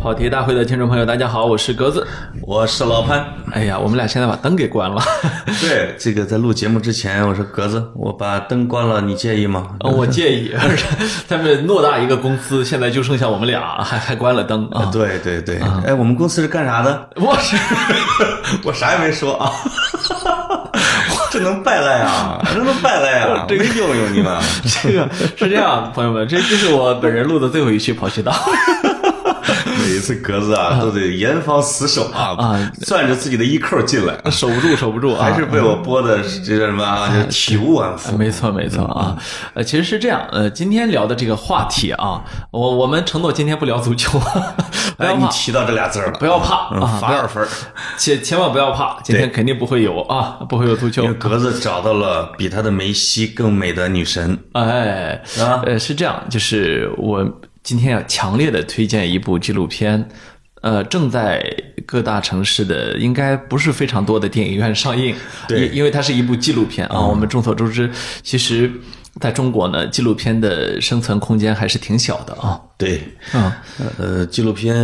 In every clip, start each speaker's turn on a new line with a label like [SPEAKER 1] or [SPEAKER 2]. [SPEAKER 1] 跑题大会的听众朋友，大家好，我是格子。
[SPEAKER 2] 我是老潘。
[SPEAKER 1] 哎呀，我们俩现在把灯给关了。
[SPEAKER 2] 对，这个在录节目之前，我说格子，我把灯关了，你介意吗？
[SPEAKER 1] 呃我介意，他们偌大一个公司，现在就剩下我们俩，还还关了灯啊！
[SPEAKER 2] 哦对对对，哎，我们公司是干啥的？
[SPEAKER 1] 我是，
[SPEAKER 2] 我啥也没说 啊，这能败赖啊？ 这能败赖 啊？没用用你们。
[SPEAKER 1] 这个是这样，朋友们，这就是我本人录的最后一期跑题大会。
[SPEAKER 2] 每一次格子啊，都得严防死守啊，
[SPEAKER 1] 啊
[SPEAKER 2] 攥着自己的衣扣进来，
[SPEAKER 1] 守不住，守不住啊！
[SPEAKER 2] 还是被我播的这叫什么啊？就体无完肤。
[SPEAKER 1] 没错，没错啊。呃，其实是这样，呃，今天聊的这个话题啊，我我们承诺今天不聊足球，啊不
[SPEAKER 2] 哎，
[SPEAKER 1] 要
[SPEAKER 2] 你
[SPEAKER 1] 怕，
[SPEAKER 2] 提到这俩字儿了，
[SPEAKER 1] 不要怕
[SPEAKER 2] 嗯
[SPEAKER 1] 啊，
[SPEAKER 2] 罚二分儿。
[SPEAKER 1] 千千万不要怕，今天
[SPEAKER 2] 对
[SPEAKER 1] 肯定不会有啊，不会有足球
[SPEAKER 2] 因为。格子找到了比他的梅西更美的女神。
[SPEAKER 1] 哎，
[SPEAKER 2] 啊
[SPEAKER 1] 呃，是这样，就是我今天要强烈的推荐一部纪录片，呃，正在各大城市的应该不是非常多的电影院上映，
[SPEAKER 2] 对
[SPEAKER 1] 因因为它是一部纪录片啊。我们众所周知，其实在中国呢，纪录片的生存空间还是挺小的啊。
[SPEAKER 2] 对，
[SPEAKER 1] 嗯，
[SPEAKER 2] 呃，纪录片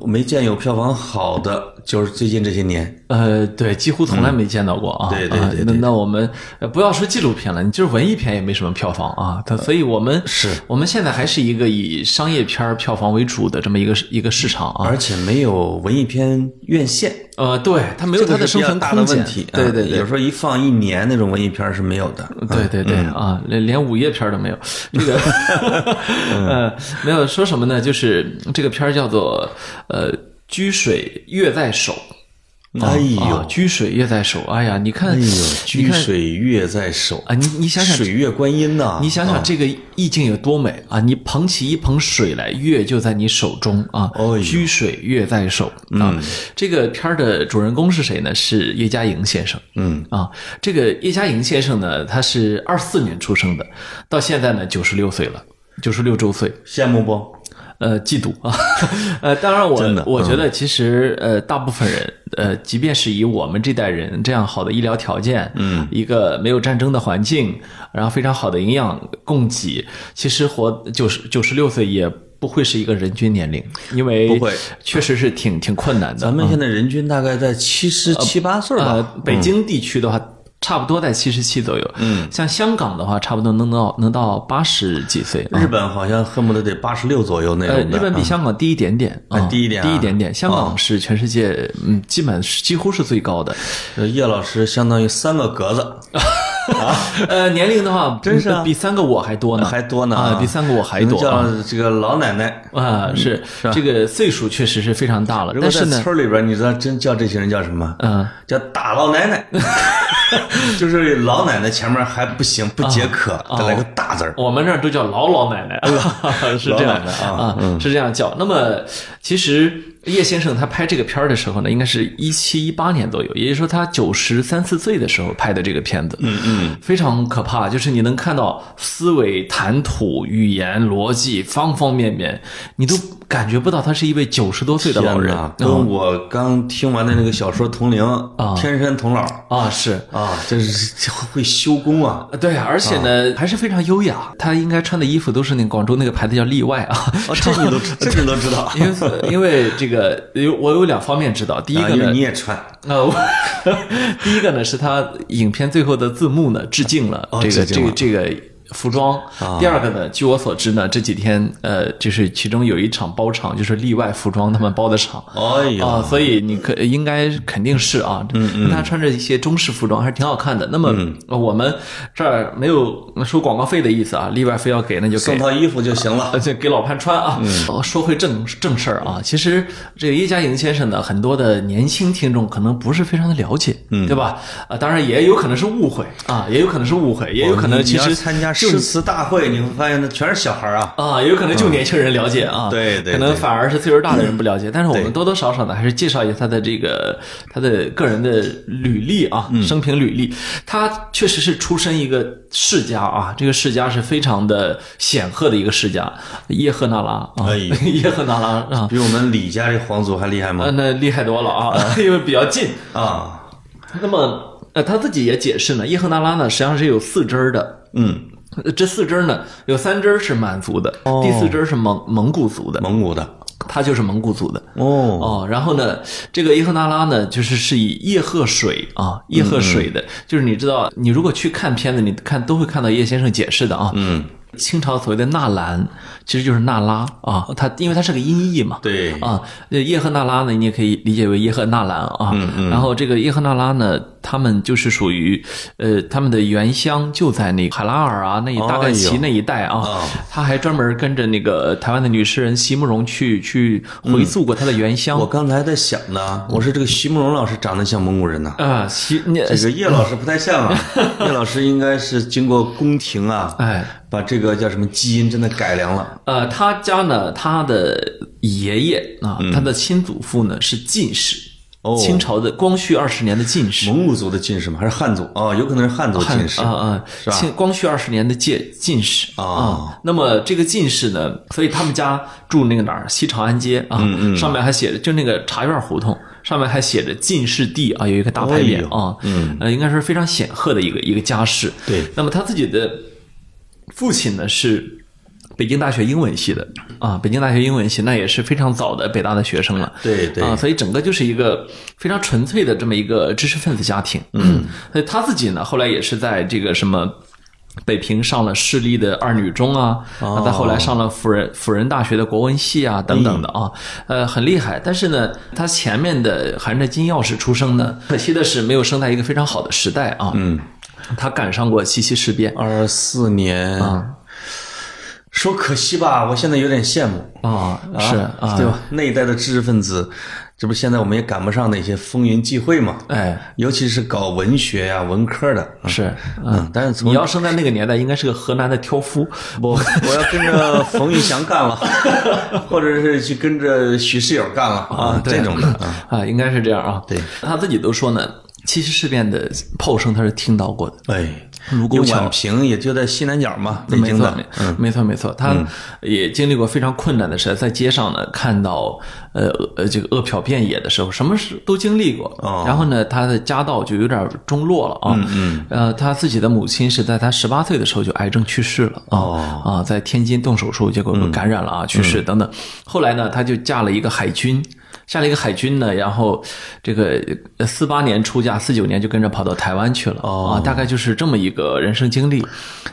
[SPEAKER 2] 我没见有票房好的，就是最近这些年。
[SPEAKER 1] 呃，对，几乎从来没见到过啊。
[SPEAKER 2] 嗯对对对
[SPEAKER 1] 啊
[SPEAKER 2] 对
[SPEAKER 1] 那那我们呃不要说纪录片了，你就是文艺片也没什么票房啊。它所以我们
[SPEAKER 2] 呃是
[SPEAKER 1] 我们现在还是一个以商业片儿票房为主的这么一个市一个市场啊。
[SPEAKER 2] 而且没有文艺片院线，
[SPEAKER 1] 呃，对，它没有它
[SPEAKER 2] 这个是
[SPEAKER 1] 生
[SPEAKER 2] 比较
[SPEAKER 1] 存
[SPEAKER 2] 大的
[SPEAKER 1] 空间。
[SPEAKER 2] 问题。
[SPEAKER 1] 对对
[SPEAKER 2] 啊
[SPEAKER 1] 对
[SPEAKER 2] 有。时候一放一年那种文艺片是没有的。
[SPEAKER 1] 对对
[SPEAKER 2] 嗯
[SPEAKER 1] 对、啊，连连午夜片儿都没有。这 个呃，没有说什么呢？就是这个片儿叫做呃“掬水月在手”
[SPEAKER 2] 哎
[SPEAKER 1] 啊，“
[SPEAKER 2] 呦，
[SPEAKER 1] 掬水月在手”。哎呀，你看，
[SPEAKER 2] 哎呦，
[SPEAKER 1] 你
[SPEAKER 2] 掬
[SPEAKER 1] 看
[SPEAKER 2] 水月在手
[SPEAKER 1] 啊，，你你想想，
[SPEAKER 2] 水月观音呐！啊
[SPEAKER 1] 你想想这个意境有多美啊！你捧起一盆水来，月就在你手中啊
[SPEAKER 2] 哎呦，嗯
[SPEAKER 1] 掬水月在手啊。这个片儿的主人公是谁呢？是叶嘉莹先生。
[SPEAKER 2] 嗯
[SPEAKER 1] 啊，这个叶嘉莹先生呢，他是二四年出生的，到现在呢九十六岁了，九十六周岁。
[SPEAKER 2] 羡慕不？
[SPEAKER 1] 呃，嫉妒 啊，呃，当然我
[SPEAKER 2] 真的嗯
[SPEAKER 1] 我觉得其实呃，大部分人呃，即便是以我们这代人这样好的医疗条件，嗯，一个没有战争的环境，然后非常好的营养供给，其实活九十九十六岁也不会是一个人均年龄，因为
[SPEAKER 2] 不会，
[SPEAKER 1] 确实是挺挺困难的
[SPEAKER 2] 咱。们现在人均大概在七十七八岁
[SPEAKER 1] 呃
[SPEAKER 2] 吧，，嗯
[SPEAKER 1] 北京地区的话。差不多在七十七左右，嗯，像香港的话，差不多能到能到八十几岁，啊
[SPEAKER 2] 日本好像恨不得得八十六左右那
[SPEAKER 1] 呃，
[SPEAKER 2] 种的。
[SPEAKER 1] 日本比香港低一点点
[SPEAKER 2] 啊低一点啊
[SPEAKER 1] 低一点点。香港是全世界，嗯，基本是几乎是最高的。
[SPEAKER 2] 呃叶老师相当于三个格子，
[SPEAKER 1] 呃，年龄的话， 嗯
[SPEAKER 2] 真是啊呃
[SPEAKER 1] 比三个我还多呢，
[SPEAKER 2] 还多呢
[SPEAKER 1] 啊，比三个我还
[SPEAKER 2] 你们
[SPEAKER 1] 多啊。
[SPEAKER 2] 叫这个老奶奶。
[SPEAKER 1] 啊，是这个岁数确实是非常大了
[SPEAKER 2] 如，果
[SPEAKER 1] 但
[SPEAKER 2] 在
[SPEAKER 1] 是呢，
[SPEAKER 2] 村里边，你知道真叫这些人叫什么？
[SPEAKER 1] 嗯，
[SPEAKER 2] 叫大老 奶奶，就是老奶奶前面还不行，不解渴，
[SPEAKER 1] 啊
[SPEAKER 2] 再来个大字儿。
[SPEAKER 1] 我们那儿都叫老老奶奶， 是这
[SPEAKER 2] 老
[SPEAKER 1] 样
[SPEAKER 2] 奶奶啊
[SPEAKER 1] 啊，是这样叫。那么其实叶先生他拍这个片儿的时候呢，应该是一七一八年左右，也就是说他九十三四岁的时候拍的这个片子，嗯嗯，非常可怕。就是你能看到思维、谈吐、语言、逻辑方方面面，你都感觉不到他是一位九十多岁的老人啊
[SPEAKER 2] 天哪跟我刚听完的那个小说《同龄》天山童姥
[SPEAKER 1] 啊，是。
[SPEAKER 2] 啊，这是这会修工啊！
[SPEAKER 1] 对啊，而且呢，还是非常优雅。他应该穿的衣服都是那个广州那个牌子叫例外啊，
[SPEAKER 2] 哦，这你都知 这你都知 道
[SPEAKER 1] 因为因为这个有我有两方面知道，第一
[SPEAKER 2] 啊，
[SPEAKER 1] 个
[SPEAKER 2] 因为
[SPEAKER 1] 呢
[SPEAKER 2] 你，也穿
[SPEAKER 1] 呃，我 第一个呢是他影片最后的字幕呢致敬了
[SPEAKER 2] 哦
[SPEAKER 1] 这个这
[SPEAKER 2] 致敬
[SPEAKER 1] 个
[SPEAKER 2] 了啊
[SPEAKER 1] 这个服装。第二个呢，据我所知呢，这几天呃，就是其中有一场包场，就是例外服装他们包的场。
[SPEAKER 2] 哎呦
[SPEAKER 1] 啊，所以你可应该肯定是啊，嗯嗯，他穿着一些中式服装还是挺好看的。那么
[SPEAKER 2] 嗯
[SPEAKER 1] 呃我们这儿没有收广告费的意思啊，例外非要给那就给
[SPEAKER 2] 送，套衣服就行了。
[SPEAKER 1] 而且呃给老潘穿啊。
[SPEAKER 2] 嗯
[SPEAKER 1] 哦说回正正事儿啊，其实这个叶嘉莹先生呢，很多的年轻听众可能不是非常的了解，
[SPEAKER 2] 嗯
[SPEAKER 1] 对吧？啊，当然也有可能是误会啊，也有可能是误会，也有可能
[SPEAKER 2] 哦你
[SPEAKER 1] 其
[SPEAKER 2] 要
[SPEAKER 1] 实
[SPEAKER 2] 参加
[SPEAKER 1] 就
[SPEAKER 2] 诗词大会，你会发现那全是小孩儿啊。
[SPEAKER 1] 啊，也有可能就年轻人了解啊，
[SPEAKER 2] 对对
[SPEAKER 1] 可能
[SPEAKER 2] 对
[SPEAKER 1] 反而是岁数大的人不了解。但是我们
[SPEAKER 2] 对
[SPEAKER 1] 多多少少呢，还是介绍一下他的这个他的个人的履历啊，
[SPEAKER 2] 嗯
[SPEAKER 1] 生平履历。他确实是出身一个世家啊，这个世家是非常的显赫的一个世家，叶赫那拉啊，
[SPEAKER 2] 哎呦
[SPEAKER 1] 叶赫那拉啊，
[SPEAKER 2] 比我们李家这皇族还厉害
[SPEAKER 1] 呃
[SPEAKER 2] 吗？
[SPEAKER 1] 那厉害多了啊， 因为比较近。
[SPEAKER 2] 啊，
[SPEAKER 1] 那么呃，他自己也解释呢，叶赫那拉呢实际上是有四支儿的，
[SPEAKER 2] 嗯，哦
[SPEAKER 1] 呃这四支儿呢有三支儿是满族的，第四支儿是蒙蒙古族的。
[SPEAKER 2] 蒙古的
[SPEAKER 1] 他就是蒙古族的
[SPEAKER 2] 哦，
[SPEAKER 1] 哦，然后呢，这个耶赫那拉呢，就是是以叶赫水
[SPEAKER 2] 嗯
[SPEAKER 1] 啊，叶赫水的，就是你知道，你如果去看片子，你看都会看到叶先生解释的啊。
[SPEAKER 2] 嗯，
[SPEAKER 1] 清朝所谓的纳兰，其实就是纳拉啊，它因为它是个音译嘛。
[SPEAKER 2] 对，
[SPEAKER 1] 啊，这叶赫那拉呢，你也可以理解为叶赫那兰啊。嗯嗯。然后这个叶赫那拉呢，他们就是属于，呃，他们的原乡就在那海拉尔啊那一大概
[SPEAKER 2] 哎
[SPEAKER 1] 齐
[SPEAKER 2] 呦
[SPEAKER 1] 那一带啊。
[SPEAKER 2] 啊
[SPEAKER 1] 他还专门跟着那个台湾的女诗人席慕容去去回溯过他的原乡。
[SPEAKER 2] 嗯我刚才在想呢，我说这个席慕容老师长得像蒙古人呐，
[SPEAKER 1] 啊，席你
[SPEAKER 2] 这个叶老师不太像啊， 叶老师应该是经过宫廷啊，
[SPEAKER 1] 哎。
[SPEAKER 2] 把这个叫什么基因真的改良了。
[SPEAKER 1] 呃，他家呢，他的爷爷啊，他的亲祖父呢是进士，
[SPEAKER 2] 嗯哦
[SPEAKER 1] 清朝的光绪二十年的进士，
[SPEAKER 2] 蒙古族的进士吗？还是汉族啊、有可能是汉呃族进士
[SPEAKER 1] 啊啊，
[SPEAKER 2] 是吧
[SPEAKER 1] 清光绪二十年的进进士
[SPEAKER 2] 啊
[SPEAKER 1] 那么这个进士呢，所以他们家住那个哪儿西长安街啊，
[SPEAKER 2] 嗯
[SPEAKER 1] 上面还写着就那个茶院胡同。上面还写着进士第啊，有一个大牌匾
[SPEAKER 2] 哎呦
[SPEAKER 1] 啊，嗯，呃，应该是非常显赫的一个一个家世。
[SPEAKER 2] 对
[SPEAKER 1] 那么他自己的父亲呢是北京大学英文系的啊，北京大学英文系那也是非常早的北大的学生了。
[SPEAKER 2] 对对
[SPEAKER 1] 啊，所以整个就是一个非常纯粹的这么一个知识分子家庭。嗯，所以他自己呢，后来也是在这个什么。北平上了市立的二女中啊，
[SPEAKER 2] 哦
[SPEAKER 1] 再后来上了辅仁辅仁大学的国文系啊，等等的啊，呃，很厉害。但是呢，他前面的含着金钥匙出生呢，可惜的是没有生在一个非常好的时代啊。嗯，他赶上过七七事变，
[SPEAKER 2] 二四年、说可惜吧，我现在有点羡慕，
[SPEAKER 1] 啊，
[SPEAKER 2] 啊
[SPEAKER 1] 是啊，
[SPEAKER 2] 对吧？那一代的知识分子，这不现在我们也赶不上那些风云际会嘛，
[SPEAKER 1] 哎，
[SPEAKER 2] 尤其是搞文学呀、文科的，
[SPEAKER 1] 是。呃
[SPEAKER 2] 嗯，但是
[SPEAKER 1] 啊
[SPEAKER 2] 从
[SPEAKER 1] 你要生在那个年代，应该是个河南的挑夫。
[SPEAKER 2] 我我要跟着冯玉祥干了， 或者是去跟着许世友干了啊，
[SPEAKER 1] 嗯对
[SPEAKER 2] 这种的， 啊
[SPEAKER 1] 啊，应该是这样啊。
[SPEAKER 2] 对，
[SPEAKER 1] 他自己都说呢，七七事变的炮声他是听到过的。
[SPEAKER 2] 哎，
[SPEAKER 1] 卢沟
[SPEAKER 2] 因为
[SPEAKER 1] 桥
[SPEAKER 2] 宛平也就在西南角嘛，北
[SPEAKER 1] 没
[SPEAKER 2] 京
[SPEAKER 1] 错
[SPEAKER 2] 的，，嗯
[SPEAKER 1] 没错，没错，他也经历过非常困难的事，在街上呢看到呃呃这个饿殍遍野的时候，什么事都经历过。
[SPEAKER 2] 哦
[SPEAKER 1] 然后呢，他的家道就有点中落了啊。嗯呃，他自己的母亲是在他十八岁的时候就癌症去世了啊、
[SPEAKER 2] 哦嗯
[SPEAKER 1] 啊，在天津动手术，结果感染了啊，去世等等。后来呢，他就嫁了一个海军。嫁了一个海军呢，然后这个呃四八年出嫁，四九年就跟着跑到台湾去了、
[SPEAKER 2] 哦
[SPEAKER 1] 啊，大概就是这么一个人生经历。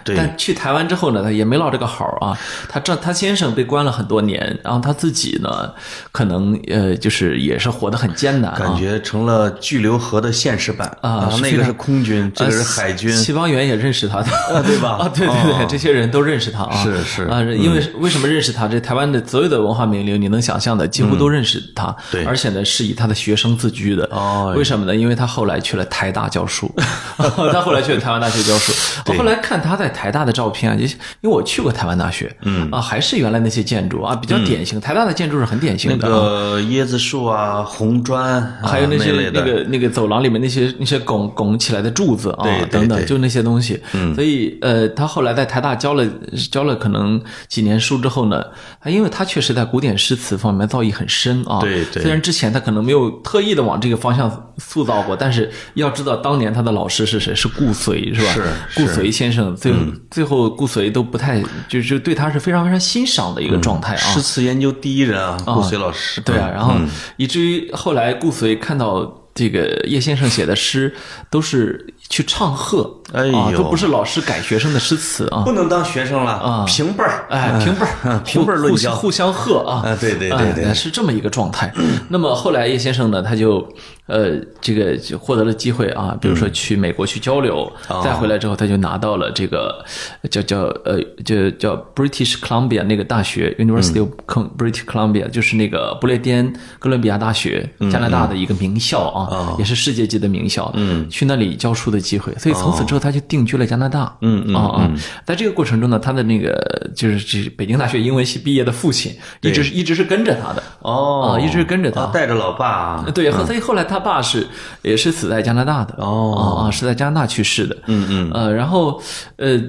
[SPEAKER 2] 对
[SPEAKER 1] 但去台湾之后呢，他也没落这个好啊。他这他先生被关了很多年，然后他自己呢，可能呃，就是也是活得很艰难
[SPEAKER 2] 感
[SPEAKER 1] 啊。
[SPEAKER 2] 觉成了巨流河的现实版
[SPEAKER 1] 啊是
[SPEAKER 2] 那
[SPEAKER 1] 非
[SPEAKER 2] 个
[SPEAKER 1] 常
[SPEAKER 2] 是空军，这个是海军，
[SPEAKER 1] 呃戚邦媛也认识他的，
[SPEAKER 2] 对吧
[SPEAKER 1] 啊，对对对，
[SPEAKER 2] 哦
[SPEAKER 1] 这些人都认识他啊，
[SPEAKER 2] 是是嗯
[SPEAKER 1] 啊，因为为什么认识他？这台湾的所有的文化名流，你能想象的，几乎都认识他，
[SPEAKER 2] 嗯对
[SPEAKER 1] 而且呢，是以他的学生自居的，
[SPEAKER 2] 哦
[SPEAKER 1] 为什么呢？因为他后来去了台大教 书，他后来去了台湾大学教书。我后来看他在台大的照片啊，也因为我去过台湾大学，嗯啊，还是原来那些建筑啊，比较典型。台大的建筑是很典型
[SPEAKER 2] 嗯那
[SPEAKER 1] 的啊。
[SPEAKER 2] 个椰子树啊，红砖，啊
[SPEAKER 1] 还有那些
[SPEAKER 2] 类
[SPEAKER 1] 那
[SPEAKER 2] 的，
[SPEAKER 1] 个那个走廊里面那些那些拱拱起来的柱子啊
[SPEAKER 2] 对对，
[SPEAKER 1] 等
[SPEAKER 2] 对嗯
[SPEAKER 1] 等，就那些东西。所以呃，他后来在台大教了教了可能几年书之后呢，他因为他确实在古典诗词方面造诣很深啊。
[SPEAKER 2] 对对
[SPEAKER 1] 虽然之前他可能没有特意的往这个方向塑造过，但是要知道当年他的老师是谁，是顾随是吧？
[SPEAKER 2] 是嗯
[SPEAKER 1] 顾随先生，最最后顾随都不太就就对他是非常非常欣赏的一个状态啊。
[SPEAKER 2] 诗词研究第一人啊，顾随老师，嗯
[SPEAKER 1] 对啊，然后以至于后来顾随看到这个叶先生写的诗，都是去唱和，
[SPEAKER 2] 哎呦
[SPEAKER 1] 啊，都不是老师改学生的诗词啊
[SPEAKER 2] 不，能当学生了啊平辈儿，
[SPEAKER 1] 哎，平辈儿，
[SPEAKER 2] 平辈儿论
[SPEAKER 1] 互
[SPEAKER 2] 交
[SPEAKER 1] 互相和啊，
[SPEAKER 2] 啊对对对对
[SPEAKER 1] 哎是这么一个状态。那么后来叶先生呢，他就呃这个就获得了机会啊，比如
[SPEAKER 2] 嗯
[SPEAKER 1] 说去美国去交流，
[SPEAKER 2] 哦
[SPEAKER 1] 再回来之后他就拿到了这个叫叫呃就叫 British Columbia 那个大学 University of Con- British Columbia，就是那个不列颠哥伦比亚大学，加拿大的一个名校啊，也是世界级的名校，嗯，去那里教书的机会，所以从此之后他就定居了加拿大，嗯嗯啊，在这个过程中呢，他的那个就是这北京大学英文系毕业的父亲，一直是一直是跟着他的，
[SPEAKER 2] 哦
[SPEAKER 1] 啊，一直是跟着
[SPEAKER 2] 啊
[SPEAKER 1] 他。呃
[SPEAKER 2] 带着老爸啊，
[SPEAKER 1] 对，后所以后来他爸是也是死在加拿大的
[SPEAKER 2] 哦
[SPEAKER 1] 啊啊，是在加拿大去世的。嗯嗯，呃，然后呃，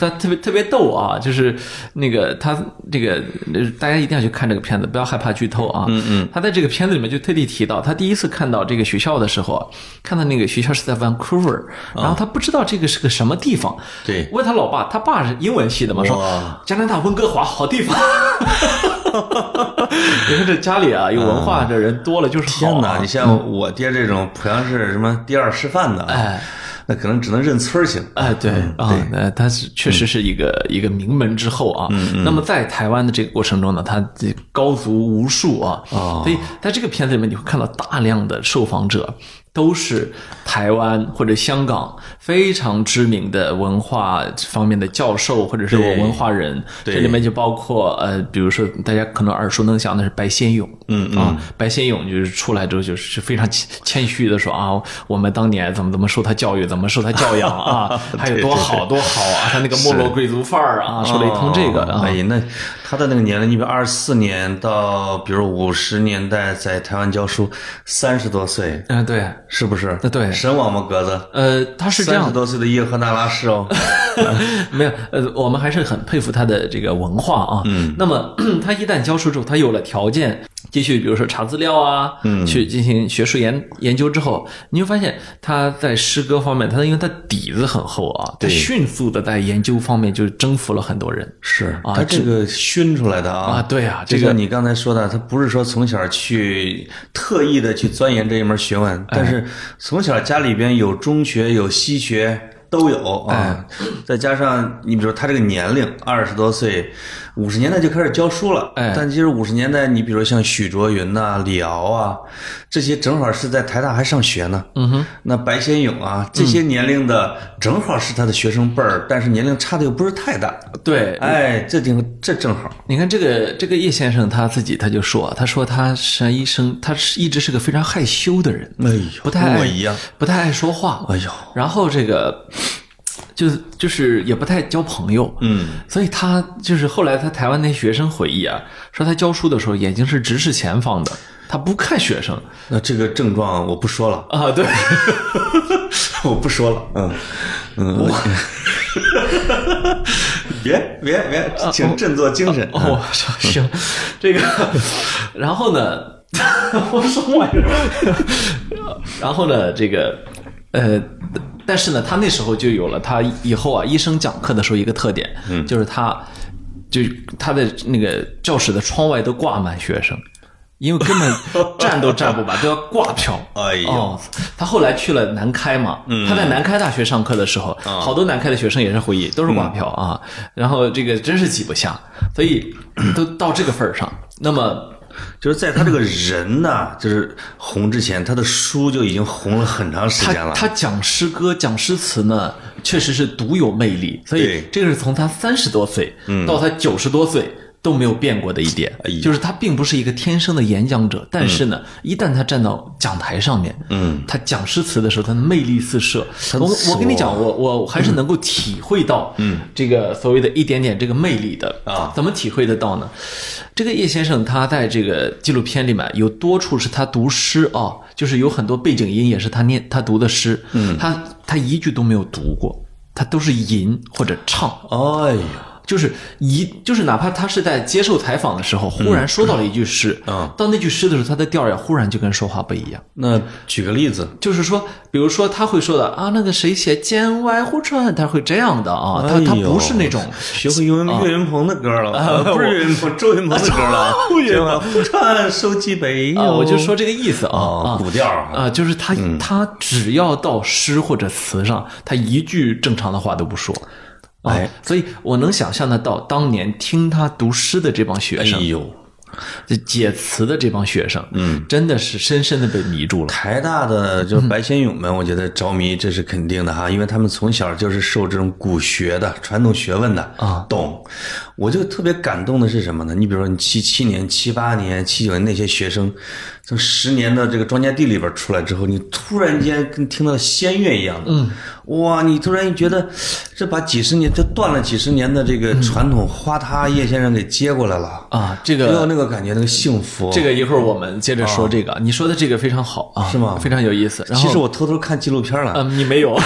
[SPEAKER 1] 他特别特别逗啊，就是那个他这个呃大家一定要去看这个片子，不要害怕剧透啊。嗯嗯，他在这个片子里面就特地提到，他第一次看到这个学校的时候啊，看到那个学校是在 Vancouver，然后他不知道这个是个什么地方。
[SPEAKER 2] 哦对
[SPEAKER 1] 问他老爸，他爸是英文系的嘛，说
[SPEAKER 2] 哇
[SPEAKER 1] 加拿大温哥华好地方。 你看这家里啊，有文化的人多了就是好
[SPEAKER 2] 天
[SPEAKER 1] 啊
[SPEAKER 2] 哪！你像我爹这种濮阳市什么第二师范的，
[SPEAKER 1] 哎，
[SPEAKER 2] 那可能只能认村儿行。
[SPEAKER 1] 哎，对啊，那他是确实是一个一个名门之后啊。那么在台湾的这个过程中呢，他这高足无数啊，所以在这个片子里面，你会看到大量的受访者都是台湾或者香港非常知名的文化方面的教授或者是
[SPEAKER 2] 对
[SPEAKER 1] 文化人，
[SPEAKER 2] 对
[SPEAKER 1] 这里面就包括呃，比如说大家可能耳熟能详的是白先勇，嗯啊，白先勇就是出来之后就是非常谦 谦虚的说啊，我们当年怎么怎么受他教育，怎么受他教养啊，他有多好多好啊，他那个没落贵族范儿啊，说了一通这个啊
[SPEAKER 2] 哦哎，呀，那他的那个年龄，你比二四年到比如五十年代在台湾教书，三十多岁
[SPEAKER 1] 嗯对，
[SPEAKER 2] 是不是？
[SPEAKER 1] 呃对
[SPEAKER 2] 神往吗？格子
[SPEAKER 1] 呃，他是这
[SPEAKER 2] 三
[SPEAKER 1] 样
[SPEAKER 2] 十多岁的叶赫那拉 氏哦，
[SPEAKER 1] 没有，呃，我们还是很佩服他的这个文化啊。嗯，那么 他一旦教书之后，他有了条件，继续比如说查资料啊，嗯，去进行学术研研究之后，你会发现他在诗歌方面，他因为他底子很厚啊，他迅速的在研究方面就征服了很多人。
[SPEAKER 2] 是
[SPEAKER 1] 啊
[SPEAKER 2] 他这个熏出来的
[SPEAKER 1] 啊，
[SPEAKER 2] 啊。
[SPEAKER 1] 对啊，
[SPEAKER 2] 就
[SPEAKER 1] 这个
[SPEAKER 2] 像你刚才说的，他不是说从小去特意的去钻研这一门学问，但是从小家里边有中学有西学都有啊，再加上你比如他这个年龄二十多岁，五十年代就开始教书了，
[SPEAKER 1] 哎
[SPEAKER 2] 但其实五十年代你比如像许卓云呐、李敖啊这些，正好是在台大还上学呢，嗯哼，那白先勇啊这些年龄的正好是他的学生辈儿，但是年龄差的又不是太大，
[SPEAKER 1] 对，
[SPEAKER 2] 哎，这挺这正好。
[SPEAKER 1] 你看这个这个叶先生他自己他就说啊，他说他是一生他是一直是个非常害羞的人，
[SPEAKER 2] 哎呦
[SPEAKER 1] 不太
[SPEAKER 2] 跟
[SPEAKER 1] 爱
[SPEAKER 2] 我一样。
[SPEAKER 1] 不太爱说话，
[SPEAKER 2] 哎呦，
[SPEAKER 1] 然后这个就是就是也不太交朋友，
[SPEAKER 2] 嗯，
[SPEAKER 1] 所以他就是后来他台湾那学生回忆啊，说他教书的时候眼睛是直视前方的，他不看学生
[SPEAKER 2] 那这个症状我不说了，
[SPEAKER 1] 啊，对，
[SPEAKER 2] 我不说了，嗯嗯，我 别别别，请振作精神。
[SPEAKER 1] 啊哦，我说行， 这个，然后呢， 我说玩意儿，然后呢，这个，呃，但是呢，他那时候就有了他以后啊，医生讲课的时候一个特点，嗯，就是他，就他的那个教室的窗外都挂满学生。因为根 本站都站不满，都要挂票。
[SPEAKER 2] 哎呦嗯
[SPEAKER 1] 哦，他后来去了南开嘛，他在南开大学上课的时候，好多南开的学生也是回忆，都是
[SPEAKER 2] 嗯
[SPEAKER 1] 挂票啊。然后这个真是挤不下，所以 都到这个份儿上。那么，
[SPEAKER 2] 就是在他这个人呐，就是红之前，他的书就已经红了很长时
[SPEAKER 1] 他
[SPEAKER 2] 间了。
[SPEAKER 1] 他讲诗歌、讲诗词呢，确实是独有魅力。所以
[SPEAKER 2] 对嗯
[SPEAKER 1] 这个是从他三十多岁到他九十多岁。都没有变过的一点
[SPEAKER 2] 哎，呀嗯
[SPEAKER 1] 就是他并不是一个天生的演讲者，但是呢，一旦他站到讲台上面，嗯，他讲诗词的时候，他的魅力四射。我我跟你讲，我我我还是能够体会到，啊嗯，这个所谓的一点点这个魅力的
[SPEAKER 2] 啊
[SPEAKER 1] 怎么体会得到呢？这个叶先生他在这个纪录片里面有多处是他读诗啊，就是有很多背景音也是他念他读的诗，嗯，他他一句都没有读过，他都是吟或者唱，
[SPEAKER 2] 哎呦，
[SPEAKER 1] 就是一就是哪怕他是在接受采访的时候忽然说到了一句诗，
[SPEAKER 2] 嗯
[SPEAKER 1] 到那句诗的时候他的调儿也忽然就跟说话不一样。
[SPEAKER 2] 那举个例子，
[SPEAKER 1] 就是说，比如说他会说的啊，那个谁写“剑外忽传”，他会这样的啊，他他
[SPEAKER 2] 哎呦
[SPEAKER 1] 不是那种啊
[SPEAKER 2] 学会岳云岳云鹏的歌了，呃不是岳云鹏，周云鹏的 歌了。周云鹏，不穿手机北
[SPEAKER 1] 啊，
[SPEAKER 2] 哟。
[SPEAKER 1] 我就说这个意思啊
[SPEAKER 2] 哎哦
[SPEAKER 1] 啊，
[SPEAKER 2] 古调啊
[SPEAKER 1] 啊，就是他他只要到诗或者词上，他一句正常的话都不说。啊
[SPEAKER 2] 哎，
[SPEAKER 1] 所以我能想象得到当年听他读诗的这帮学
[SPEAKER 2] 哎
[SPEAKER 1] 生，
[SPEAKER 2] 呦，
[SPEAKER 1] 就解词的这帮学生，嗯，真的是深深的被迷住了。
[SPEAKER 2] 台大
[SPEAKER 1] 嗯
[SPEAKER 2] 的就是白先勇们，我觉得着迷这是肯定的哈，因为他们从小就是受这种古学的传统学问的
[SPEAKER 1] 啊
[SPEAKER 2] 懂。我就特别感动的是什么呢？你比如说你七七年、七八年、七九年那些学生，从十年的这个庄稼地里边出来之后，你突然间跟听到仙乐一样的，嗯，哇，你突然觉得这把几十年这断了几十年的这个传统，哗嗒叶先生给接过来了，
[SPEAKER 1] 嗯啊，这
[SPEAKER 2] 没有
[SPEAKER 1] 个
[SPEAKER 2] 那个感觉，那个幸福，
[SPEAKER 1] 这个一会儿我们接着说这个，你说的这个非常好啊，
[SPEAKER 2] 哦是吗
[SPEAKER 1] 非常有意思。然后
[SPEAKER 2] 其实我偷偷看纪录片了。
[SPEAKER 1] 嗯，你没 有。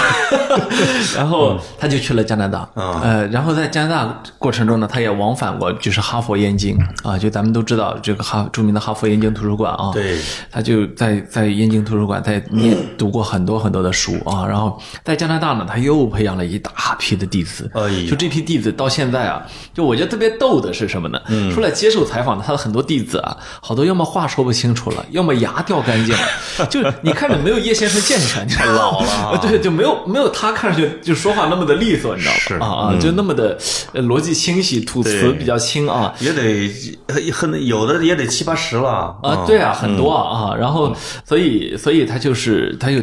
[SPEAKER 1] 然后他就去了加拿大，
[SPEAKER 2] 啊
[SPEAKER 1] 呃，然后在加拿大过程中呢，他他也往返过就是哈佛燕京啊，就咱们都知道这个哈著名的哈佛燕京图书馆啊，
[SPEAKER 2] 嗯对，
[SPEAKER 1] 他就在在燕京图书馆在念读过很多很多的书啊，然后在加拿大呢，他又培养了一大批的弟子，
[SPEAKER 2] 哎呀
[SPEAKER 1] 就这批弟子到现在啊，就我觉得特别逗的是什么呢？
[SPEAKER 2] 嗯
[SPEAKER 1] 出来接受采访的他的很多弟子啊，好多要么话说不清楚了，要么牙掉干净了， 就是你看着没有叶先生健全，太
[SPEAKER 2] 老了啊
[SPEAKER 1] 对，就没有没有他看上去就说话那么的利索，你知
[SPEAKER 2] 是嗯
[SPEAKER 1] 道吗？啊啊，就那么的呃逻辑清晰，吐词
[SPEAKER 2] 对
[SPEAKER 1] 比较轻啊。
[SPEAKER 2] 也得很有的也得七八十了
[SPEAKER 1] 啊，对啊，
[SPEAKER 2] 嗯
[SPEAKER 1] 很多啊、啊，然后所以所以他就是他有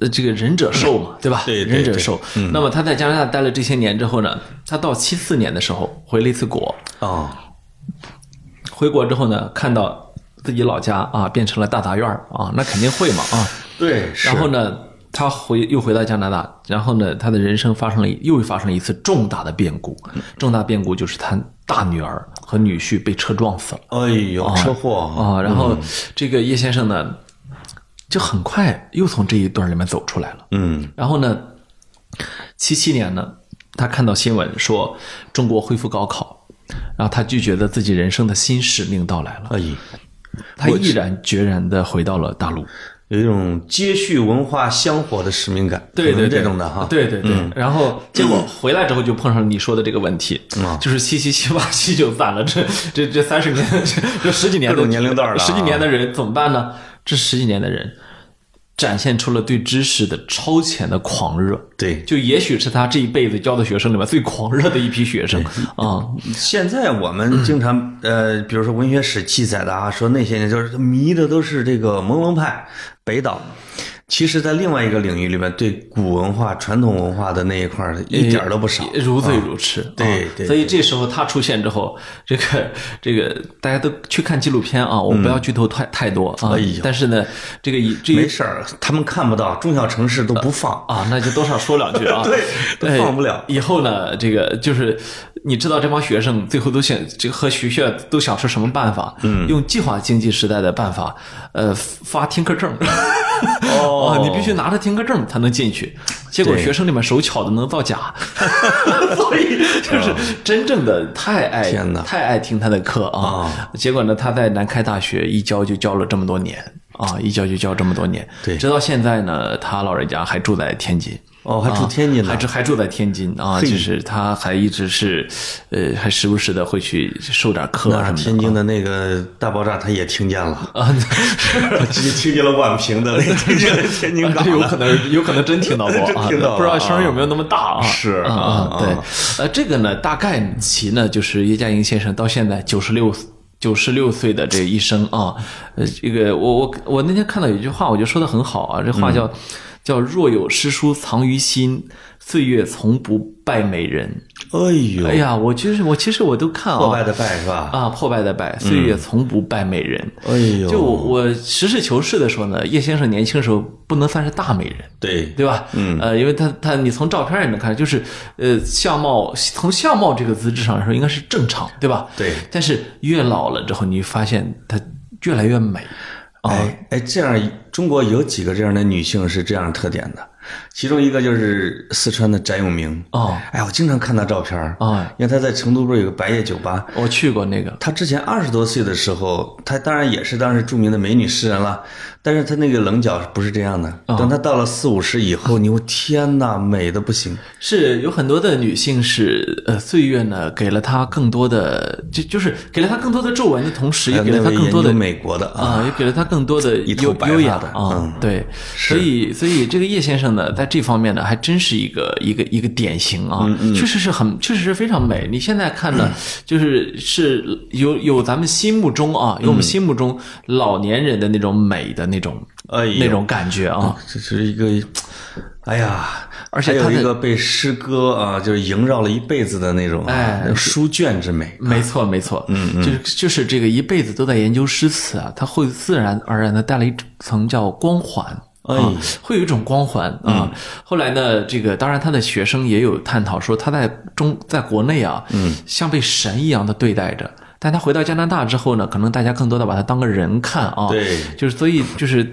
[SPEAKER 1] 呃这个忍者兽嘛，对吧？
[SPEAKER 2] 对对嗯
[SPEAKER 1] 忍者兽。那么他在加拿大待了这些年之后呢，他到七四年的时候回了一次国，
[SPEAKER 2] 啊，
[SPEAKER 1] 回国之后呢，看到自己老家啊变成了大杂院儿啊，那肯定会嘛啊。
[SPEAKER 2] 对，是
[SPEAKER 1] 然后呢，他回又回到加拿大，然后呢，他的人生发生了一又发生了一次重大的变故，
[SPEAKER 2] 嗯
[SPEAKER 1] 重大变故就是他大女儿和女婿被车撞死了。
[SPEAKER 2] 哎呦，车祸
[SPEAKER 1] 啊，然后这个叶先生呢，就很快又从这一段里面走出来了。
[SPEAKER 2] 嗯，
[SPEAKER 1] 然后呢，七七年呢，他看到新闻说中国恢复高考，然后他就觉得自己人生的新使命到来了，
[SPEAKER 2] 哎，
[SPEAKER 1] 他毅然决然的回到了大陆。
[SPEAKER 2] 有一种接续文化香火的使命感，
[SPEAKER 1] 对
[SPEAKER 2] 可
[SPEAKER 1] 对
[SPEAKER 2] 能
[SPEAKER 1] 对，
[SPEAKER 2] 这种的哈，嗯
[SPEAKER 1] 对对对。然后结果回来之后就碰上你说的这个问题，
[SPEAKER 2] 嗯
[SPEAKER 1] 就是七七七八七九攒了这这这三十年 这这十几年
[SPEAKER 2] 各
[SPEAKER 1] 的
[SPEAKER 2] 种年龄段了啊
[SPEAKER 1] 十几年的人怎么办呢？这十几年的人展现出了对知识的超前的狂热。
[SPEAKER 2] 对，
[SPEAKER 1] 就也许是他这一辈子教的学生里面最狂热的一批学生啊、
[SPEAKER 2] 现在我们经常呃，比如说文学史记载的啊，说那些人就是迷的都是这个蒙文派、北岛。其实，在另外一个领域里面，对古文化、传统文化的那一块
[SPEAKER 1] 呃
[SPEAKER 2] 儿一点儿都不少。
[SPEAKER 1] 如醉如痴。啊
[SPEAKER 2] 嗯对对
[SPEAKER 1] 所以这时候他出现之后，这个这个大家都去看纪录片啊，我不要剧透太、太多啊。
[SPEAKER 2] 嗯哎呦
[SPEAKER 1] 但是呢，这个以这一
[SPEAKER 2] 没事儿，他们看不到，中小城市都不放。
[SPEAKER 1] 啊，那就多少说两句啊。
[SPEAKER 2] 对都
[SPEAKER 1] 哎
[SPEAKER 2] 放不了
[SPEAKER 1] 以后呢，这个就是你知道这帮学生最后都想这个和学校都想出什么办法？嗯，用计划经济时代的办法，呃，发听课证。
[SPEAKER 2] 哦
[SPEAKER 1] 啊你必须拿着听课证才能进去。结果
[SPEAKER 2] 对
[SPEAKER 1] 学生里面手巧的能造 假，所以就是真正的太爱
[SPEAKER 2] 哦天哪哦
[SPEAKER 1] 太爱听他的课啊。结果呢，他在南开大学一教就教了这么多年啊，一教就教这么多年。
[SPEAKER 2] 对
[SPEAKER 1] 直到现在呢，他老人家还住在天津。啊
[SPEAKER 2] 哦，还住天津
[SPEAKER 1] 还
[SPEAKER 2] 呢。
[SPEAKER 1] 住还住在天津啊，
[SPEAKER 2] 嘿
[SPEAKER 1] 就是他还一直是，呃，还时不时的会去受点课啊
[SPEAKER 2] 那
[SPEAKER 1] 什么的。
[SPEAKER 2] 天津的那个大爆炸，他也听见了，
[SPEAKER 1] 啊，
[SPEAKER 2] 他直接 听见了宛平 的那个哎天 津
[SPEAKER 1] 啊
[SPEAKER 2] 港
[SPEAKER 1] 这有
[SPEAKER 2] 了。
[SPEAKER 1] 可能有可能真听到过
[SPEAKER 2] 真
[SPEAKER 1] 啊，
[SPEAKER 2] 听到了
[SPEAKER 1] 不知道声儿有没有那么大啊？
[SPEAKER 2] 是
[SPEAKER 1] 啊啊，
[SPEAKER 2] 啊
[SPEAKER 1] 对，呃，这个呢，大概其呢就是叶嘉莹先生到现在九十六。九十六岁的这一生啊，呃，这个我我我那天看到有一句话，我觉得说的很好啊，这
[SPEAKER 2] 嗯
[SPEAKER 1] 话叫、叫“若有诗书藏于心，岁月从不败美人”。
[SPEAKER 2] 哎呦，
[SPEAKER 1] 哎呀，我就是我，其实我都看啊，
[SPEAKER 2] 破败的败是吧？
[SPEAKER 1] 啊，破败的败，岁月从不败美人。
[SPEAKER 2] 哎呦，
[SPEAKER 1] 就我我实事求是的说呢，叶先生年轻时候不能算是大美人，
[SPEAKER 2] 对
[SPEAKER 1] 对吧？嗯，呃，因为他他你从照片也能看，就是呃相貌从相貌这个资质上来说应该是正常，对吧？
[SPEAKER 2] 对
[SPEAKER 1] 但是越老了之后，你发现她越来越美。哦
[SPEAKER 2] 哎哎，这样中国有几个这样的女性是这样的特点的？其中一个就是四川的翟永明
[SPEAKER 1] 哦，
[SPEAKER 2] 哎，我经常看她照片儿
[SPEAKER 1] 哦，
[SPEAKER 2] 因为她在成都不是有个白夜酒吧？
[SPEAKER 1] 我去过那个，
[SPEAKER 2] 她之前二十多岁的时候，她当然也是当时著名的美女诗人了，但是她那个棱角不是这样的。
[SPEAKER 1] 啊
[SPEAKER 2] 等她到了四五十以后，你我天呐，美的不行。
[SPEAKER 1] 是有很多的女性是呃岁月呢给了她更多的，就就是给了她更多的皱纹的同时，
[SPEAKER 2] 还
[SPEAKER 1] 也
[SPEAKER 2] 有
[SPEAKER 1] 给了
[SPEAKER 2] 那
[SPEAKER 1] 她
[SPEAKER 2] 位
[SPEAKER 1] 更
[SPEAKER 2] 研
[SPEAKER 1] 多的
[SPEAKER 2] 究美国的啊，
[SPEAKER 1] 啊，也给了他更多的
[SPEAKER 2] 一头
[SPEAKER 1] 优
[SPEAKER 2] 白发
[SPEAKER 1] 优雅
[SPEAKER 2] 的
[SPEAKER 1] 啊，
[SPEAKER 2] 嗯
[SPEAKER 1] 对，所以所以这个叶先生呢，在这方面呢，还真是一个一个一个典型啊，
[SPEAKER 2] 嗯
[SPEAKER 1] 确实是很确实是非常美。你现在看呢，就是是有有咱们心目中啊，
[SPEAKER 2] 嗯
[SPEAKER 1] 有我们心目中老年人的那种美的那种
[SPEAKER 2] 哎呦
[SPEAKER 1] 那种感觉啊，
[SPEAKER 2] 这是一个，哎呀，
[SPEAKER 1] 而且他
[SPEAKER 2] 还有
[SPEAKER 1] 的
[SPEAKER 2] 一个被诗歌啊，就是萦绕了一辈子的那种、啊，
[SPEAKER 1] 哎
[SPEAKER 2] 那种书卷之美。
[SPEAKER 1] 没错，没错，嗯嗯，就是就是这个一辈子都在研究诗词啊，它会自然而然的带来一层叫光环。
[SPEAKER 2] 哎
[SPEAKER 1] 啊，会有一种光环啊。后来呢，这个当然他的学生也有探讨说，他在中在国内啊，嗯，像被神一样的对待着。但他回到加拿大之后呢，可能大家更多的把他当个人看啊，
[SPEAKER 2] 对
[SPEAKER 1] 就是所以就是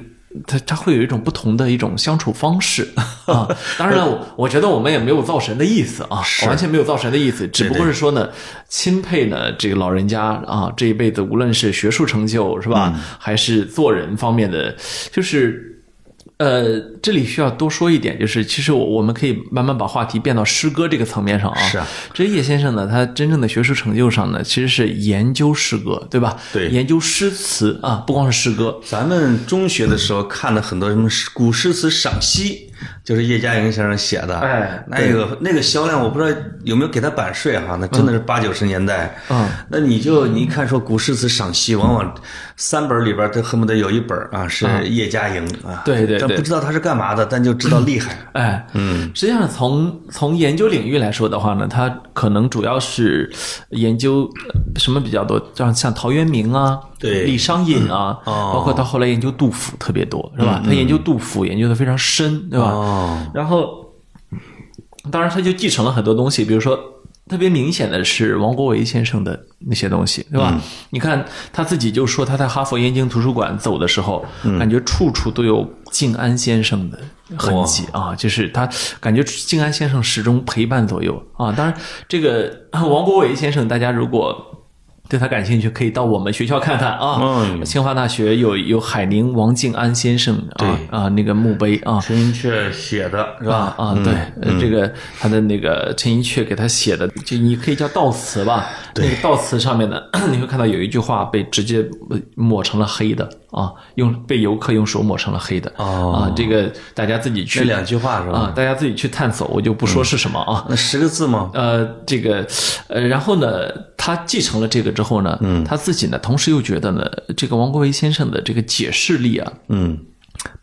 [SPEAKER 1] 他他会有一种不同的一种相处方式 啊。当然了，我我觉得我们也没有造神的意思啊，完全没有造神的意思，只不过是说呢，钦佩呢这个老人家啊，这一辈子无论是学术成就是吧，
[SPEAKER 2] 嗯
[SPEAKER 1] 还是做人方面的，就是。呃，这里需要多说一点，就是其实我我们可以慢慢把话题变到诗歌这个层面上啊。
[SPEAKER 2] 是啊，
[SPEAKER 1] 这叶先生呢，他真正的学术成就上呢，其实是研究诗歌，对吧？
[SPEAKER 2] 对
[SPEAKER 1] 研究诗词啊，不光是诗歌，
[SPEAKER 2] 咱们中学的时候看了很多什么诗古诗词赏析，就是叶嘉莹先生写的，
[SPEAKER 1] 哎
[SPEAKER 2] 那个那个销量我不知道有没有给他版税哈，那真的是八九十年代，
[SPEAKER 1] 嗯，
[SPEAKER 2] 那你就你一看说古诗词赏析，往往三本里边都恨不得有一本啊是叶嘉莹啊，
[SPEAKER 1] 嗯对对
[SPEAKER 2] 但
[SPEAKER 1] 对
[SPEAKER 2] 不知道他是干嘛的，但就知道厉害，
[SPEAKER 1] 哎，嗯，实际上从从研究领域来说的话呢，它可能主要是研究呃什么比较多，像像陶渊明啊，
[SPEAKER 2] 对
[SPEAKER 1] 李商隐啊，
[SPEAKER 2] 哦嗯
[SPEAKER 1] 包括到后来研究杜甫特别多，是吧？他研究杜甫研究的非常深，对吧？
[SPEAKER 2] 哦，
[SPEAKER 1] 然后，当然他就继承了很多东西，比如说特别明显的是王国维先生的那些东西，对吧？你看他自己就说他在哈佛燕京图书馆走的时候，感觉处处都有静安先生的痕迹啊，就是他感觉静安先生始终陪伴左右啊。当然，这个 王国维先生，大家如果。对他感兴趣，可以到我们学校看看啊。
[SPEAKER 2] 嗯
[SPEAKER 1] 清华大学有有海宁王静安先生啊啊那个墓碑啊，
[SPEAKER 2] 陈寅恪写的是吧？嗯
[SPEAKER 1] 啊啊，对，呃这个他的那个陈寅恪给他写的，就你可以叫悼词吧。那个悼词上面呢， 你会看到有一句话被直接呃抹成了黑的啊，用被游客用手抹成了黑的、
[SPEAKER 2] 哦
[SPEAKER 1] 啊。这个大家自己去
[SPEAKER 2] 这两句话是吧？嗯
[SPEAKER 1] 啊，大家自己去探索，我就不说是什么啊。
[SPEAKER 2] 那十个字吗？
[SPEAKER 1] 呃，这个，呃，然后呢，他继承了这个之后呢，嗯，他自己呢，同时又觉得呢，这个王国维先生的这个解释力啊，
[SPEAKER 2] 嗯，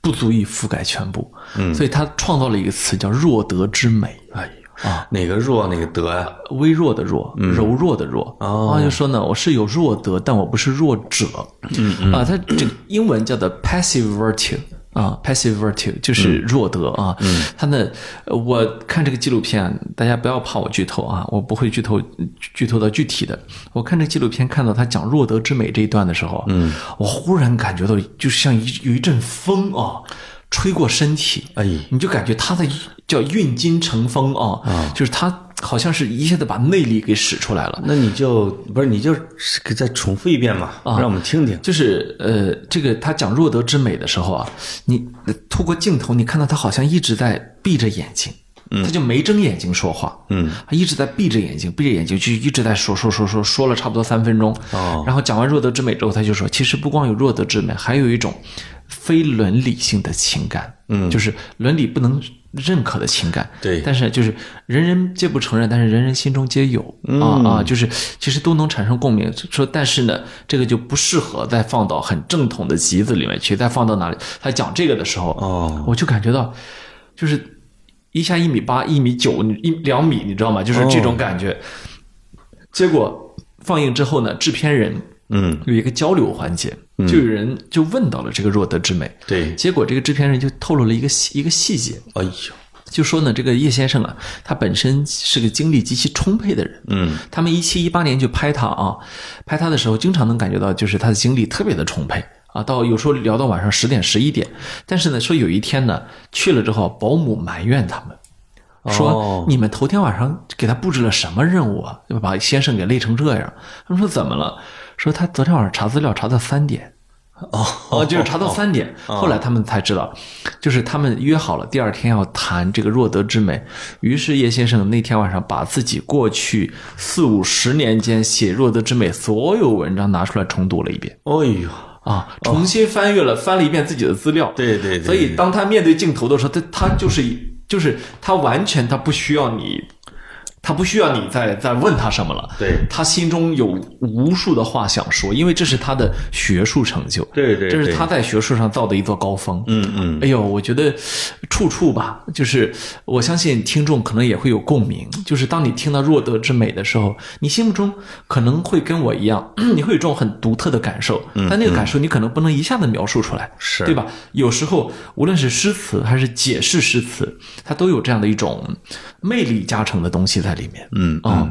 [SPEAKER 1] 不足以覆盖全部，嗯，所以他创造了一个词叫“弱德之美”，哎啊，
[SPEAKER 2] 哪个弱哪个德呀？
[SPEAKER 1] 微弱的弱，柔弱的弱，
[SPEAKER 2] 哦
[SPEAKER 1] 啊，就说呢，我是有弱德，但我不是弱者，嗯嗯，啊，它这个英文叫做 passive virtue。啊，passive virtue 就是弱德啊。嗯，他呢，呃我看这个纪录片，大家不要怕我剧透啊，我不会剧透剧透到具体的。我看这纪录片，看到他讲弱德之美这一段的时候，嗯，我忽然感觉到，就是像一有一阵风啊，吹过身体，
[SPEAKER 2] 哎
[SPEAKER 1] 你就感觉他在叫运金成风啊，就是他好像是一下子把内力给使出来了。
[SPEAKER 2] 那你就不是你就是给再重复一遍嘛，
[SPEAKER 1] 啊
[SPEAKER 2] 让我们听听。
[SPEAKER 1] 就是呃，这个他讲弱德之美的时候啊，你呃透过镜头，你看到他好像一直在闭着眼睛，他就没睁眼睛说话，嗯，他一直在闭着眼睛，闭着眼睛就一直在说说说说说了差不多三分钟，
[SPEAKER 2] 哦
[SPEAKER 1] 然后讲完弱德之美之后，他就说，其实不光有弱德之美，还有一种非伦理性的情感，嗯，就是伦理不能认可的情感，
[SPEAKER 2] 对
[SPEAKER 1] 但是就是人人皆不承认，但是人人心中皆有、啊啊，就是其实都能产生共鸣。说但是呢，这个就不适合再放到很正统的集子里面去，再放到哪里？他讲这个的时候，
[SPEAKER 2] 哦，
[SPEAKER 1] 我就感觉到，就是一下一米八、一米九、一两米，你知道吗？就是这种感觉。结果放映之后呢，制片人
[SPEAKER 2] 嗯，
[SPEAKER 1] 有一个交流环节，就有人就问到了这个弱德之美。
[SPEAKER 2] 对，
[SPEAKER 1] 结果这个制片人就透露了一个细一个细节，
[SPEAKER 2] 哎呦，
[SPEAKER 1] 就说呢，这个叶先生啊，他本身是个精力极其充沛的人。
[SPEAKER 2] 嗯，
[SPEAKER 1] 他们一七一八年去拍他啊，拍他的时候，经常能感觉到就是他的精力特别的充沛啊，到有时候聊到晚上十点十一点。但是呢，说有一天呢，去了之后，保姆埋怨他们。说
[SPEAKER 2] 哦
[SPEAKER 1] 你们头天晚上给他布置了什么任务啊？就把先生给累成这样。他们说怎么了？说他昨天晚上查资料查到三点，哦，就是查到三点。后来他们才知道，就是他们约好了第二天要谈这个弱德之美。于是叶先生那天晚上把自己过去四五十年间写弱德之美所有文章拿出来重读了一遍
[SPEAKER 2] 哎呦，
[SPEAKER 1] 啊，重新翻阅了翻了一遍自己的资料。
[SPEAKER 2] 对对对，
[SPEAKER 1] 所以当他面对镜头的时候，他他就是就是他完全他不需要你，他不需要你再再问他什么了。
[SPEAKER 2] 对
[SPEAKER 1] 他心中有无数的话想说，因为这是他的学术成就，
[SPEAKER 2] 对对
[SPEAKER 1] 这是
[SPEAKER 2] 对
[SPEAKER 1] 他在学术上造的一座高峰。
[SPEAKER 2] 嗯嗯，
[SPEAKER 1] 哎呦，我觉得处处吧，就是我相信听众可能也会有共鸣。就是当你听到弱德之美的时候，你心目中可能会跟我一样， 你会有一种很独特的感受，
[SPEAKER 2] 嗯
[SPEAKER 1] 但那个感受你可能不能一下子描述出来，
[SPEAKER 2] 是
[SPEAKER 1] 对吧？有时候无论是诗词还是解释诗词，它都有这样的一种魅力加成的东西在里面。嗯啊、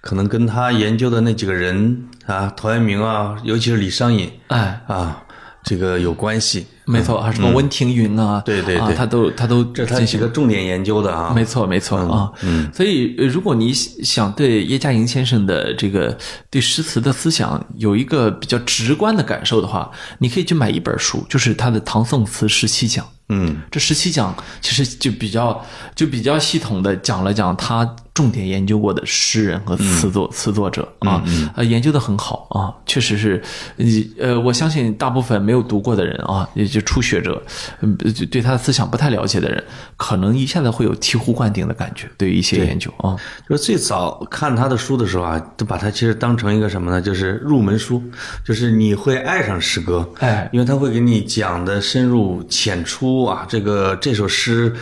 [SPEAKER 2] 可能跟他研究的那几个人啊，陶渊明啊，尤其是李商隐
[SPEAKER 1] 哎，
[SPEAKER 2] 啊，这个有关系。
[SPEAKER 1] 没错，还有什么温庭筠啊，
[SPEAKER 2] 嗯对对
[SPEAKER 1] 啊
[SPEAKER 2] 对，
[SPEAKER 1] 他都他都
[SPEAKER 2] 这是他
[SPEAKER 1] 进
[SPEAKER 2] 几
[SPEAKER 1] 行
[SPEAKER 2] 个重点研究的啊，
[SPEAKER 1] 没错，没错啊。嗯，所以呃如果你想对叶嘉莹先生的这个对诗词的思想有一个比较直观的感受的话，你可以去买一本书，就是他的《唐宋词十七讲》。
[SPEAKER 2] 嗯，
[SPEAKER 1] 这十七讲其实就比较就比较系统的讲了讲他重点研究过的诗人和词作、词作者啊，呃，研究的很好啊，确实是，你呃，我相信大部分没有读过的人啊，也就初学者，嗯，就对他的思想不太了解的人，可能一下子会有醍醐灌顶的感觉，对于一些研究啊，
[SPEAKER 2] 就是最早看他的书的时候啊，都把他其实当成一个什么呢？就是入门书，就是你会爱上诗歌，
[SPEAKER 1] 哎
[SPEAKER 2] 因为他会给你讲的深入浅出啊，这个这首诗，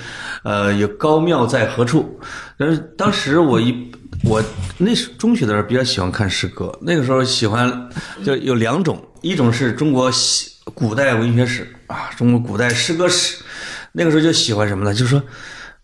[SPEAKER 2] 呃，有高妙在何处？但是当时我一我那时中学的时候比较喜欢看诗歌，那个时候喜欢就有两种，一种是中国西古代文学史啊，中国古代诗歌史，那个时候就喜欢什么呢？就是说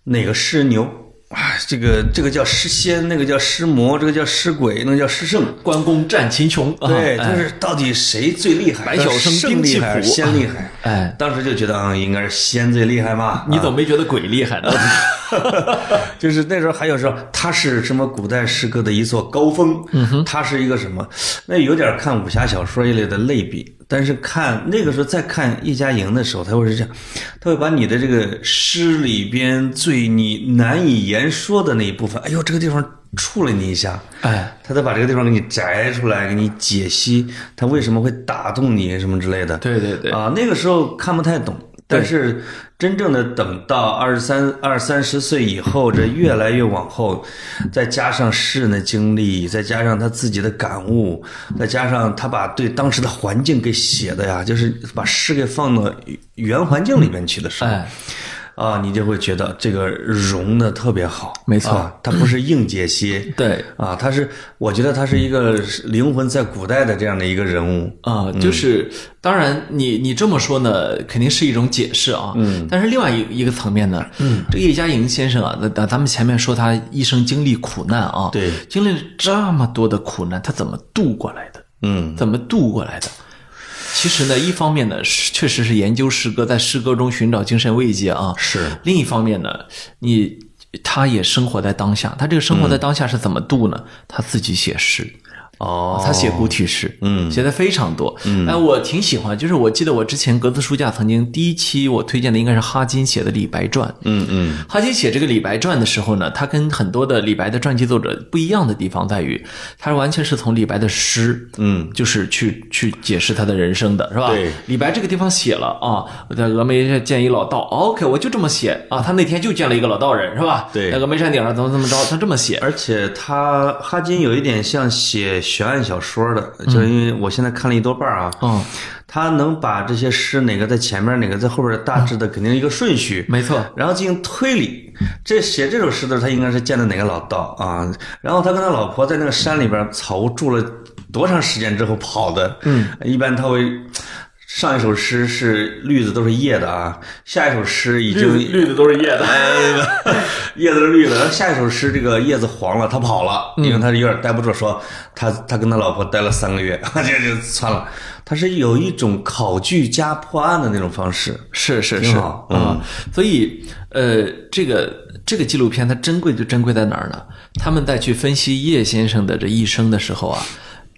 [SPEAKER 2] 哪个诗人牛。啊，这个这个叫诗仙，那个叫诗魔，这个叫诗鬼，那个叫诗圣，
[SPEAKER 1] 关公战秦琼，啊
[SPEAKER 2] 对，就
[SPEAKER 1] 哎
[SPEAKER 2] 是到底谁最厉害？
[SPEAKER 1] 白晓生
[SPEAKER 2] 圣厉害还
[SPEAKER 1] 兵
[SPEAKER 2] 是
[SPEAKER 1] 器谱
[SPEAKER 2] 仙厉害？
[SPEAKER 1] 哎，
[SPEAKER 2] 当时就觉得啊，应该是仙最厉害嘛。
[SPEAKER 1] 你怎么没觉得鬼厉害呢？
[SPEAKER 2] 就是那时候还有说他是什么古代诗歌的一座高峰，嗯、他是一个什么？那有点看武侠小说一类的类比，但是看那个时候再看叶嘉莹的时候，他会是这样，他会把你的这个诗里边最你难以言说的那一部分，哎呦，这个地方触了你一下，
[SPEAKER 1] 哎，
[SPEAKER 2] 他再把这个地方给你摘出来，给你解析他为什么会打动你什么之类的。
[SPEAKER 1] 对对对，
[SPEAKER 2] 啊，那个时候看不太懂，但是真正的等到二十三、二三十岁以后，这越来越往后，再加上诗人的经历，再加上他自己的感悟，再加上他把对当时的环境给写的呀，就是把诗给放到原环境里面去的时候。
[SPEAKER 1] 哎，
[SPEAKER 2] 啊，你就会觉得这个融的特别好，
[SPEAKER 1] 没错
[SPEAKER 2] 啊，它不是硬解析，
[SPEAKER 1] 对。
[SPEAKER 2] 啊，他是，我觉得他是一个
[SPEAKER 1] 嗯
[SPEAKER 2] 灵魂在古代的这样的一个人物，
[SPEAKER 1] 啊、就是当然你，你这么说呢，肯定是一种解释啊。嗯，但是另外一一个层面呢，嗯，这个叶嘉莹先生啊，咱咱们前面说他一生经历苦难啊，
[SPEAKER 2] 对，
[SPEAKER 1] 经历了这么多的苦难，他怎么度过来的？
[SPEAKER 2] 嗯，
[SPEAKER 1] 怎么度过来的？其实呢，一方面呢，是确实是研究诗歌，在诗歌中寻找精神慰藉啊。
[SPEAKER 2] 是
[SPEAKER 1] 另一方面呢，你他也生活在当下，他这个生
[SPEAKER 2] 嗯
[SPEAKER 1] 活在当下是怎么度呢？他自己写诗。
[SPEAKER 2] 哦
[SPEAKER 1] 他写古体诗，嗯，写的非常多，嗯，哎，我挺喜欢，就是我记得我之前格子书架曾经第一期我推荐的应该是哈金写的《李白传》，
[SPEAKER 2] 嗯嗯，
[SPEAKER 1] 哈金写这个《李白传》的时候呢，他跟很多的李白的传记作者不一样的地方在于，他完全是从李白的诗，
[SPEAKER 2] 嗯，
[SPEAKER 1] 就是去去解释他的人生的，是吧？
[SPEAKER 2] 对
[SPEAKER 1] 李白这个地方写了啊，我在峨眉山见一老道，OK，我就这么写啊，他那天就见了一个老道人，是吧？
[SPEAKER 2] 对
[SPEAKER 1] 在峨眉山顶上怎么怎么着，他这么写，
[SPEAKER 2] 而且他哈金有一点像写悬案小说的，就是因为我现在看了一多半儿啊，
[SPEAKER 1] 嗯，
[SPEAKER 2] 他能把这些诗哪个在前面，哪个在后边，大致的肯定一个顺序，
[SPEAKER 1] 嗯没错，
[SPEAKER 2] 然后进行推理。这写这首诗的时候，他应该是见的哪个老道啊？然后他跟他老婆在那个山里边草屋住了多长时间之后跑的？嗯，一般他会。上一首诗是绿子都是叶的啊，下一首诗已经哎
[SPEAKER 1] 绿的都是叶的。
[SPEAKER 2] 叶子是绿的，然后下一首诗这个叶子黄了，他跑了，
[SPEAKER 1] 嗯
[SPEAKER 2] 因为他有点待不住，说他他跟他老婆待了三个月， 这就算了。他是有一种考据加破案的那种方式，
[SPEAKER 1] 是是
[SPEAKER 2] 挺
[SPEAKER 1] 是
[SPEAKER 2] 好嗯
[SPEAKER 1] 啊，所以呃，这个这个纪录片它珍贵就珍贵在哪儿呢？他们在去分析叶先生的这一生的时候啊，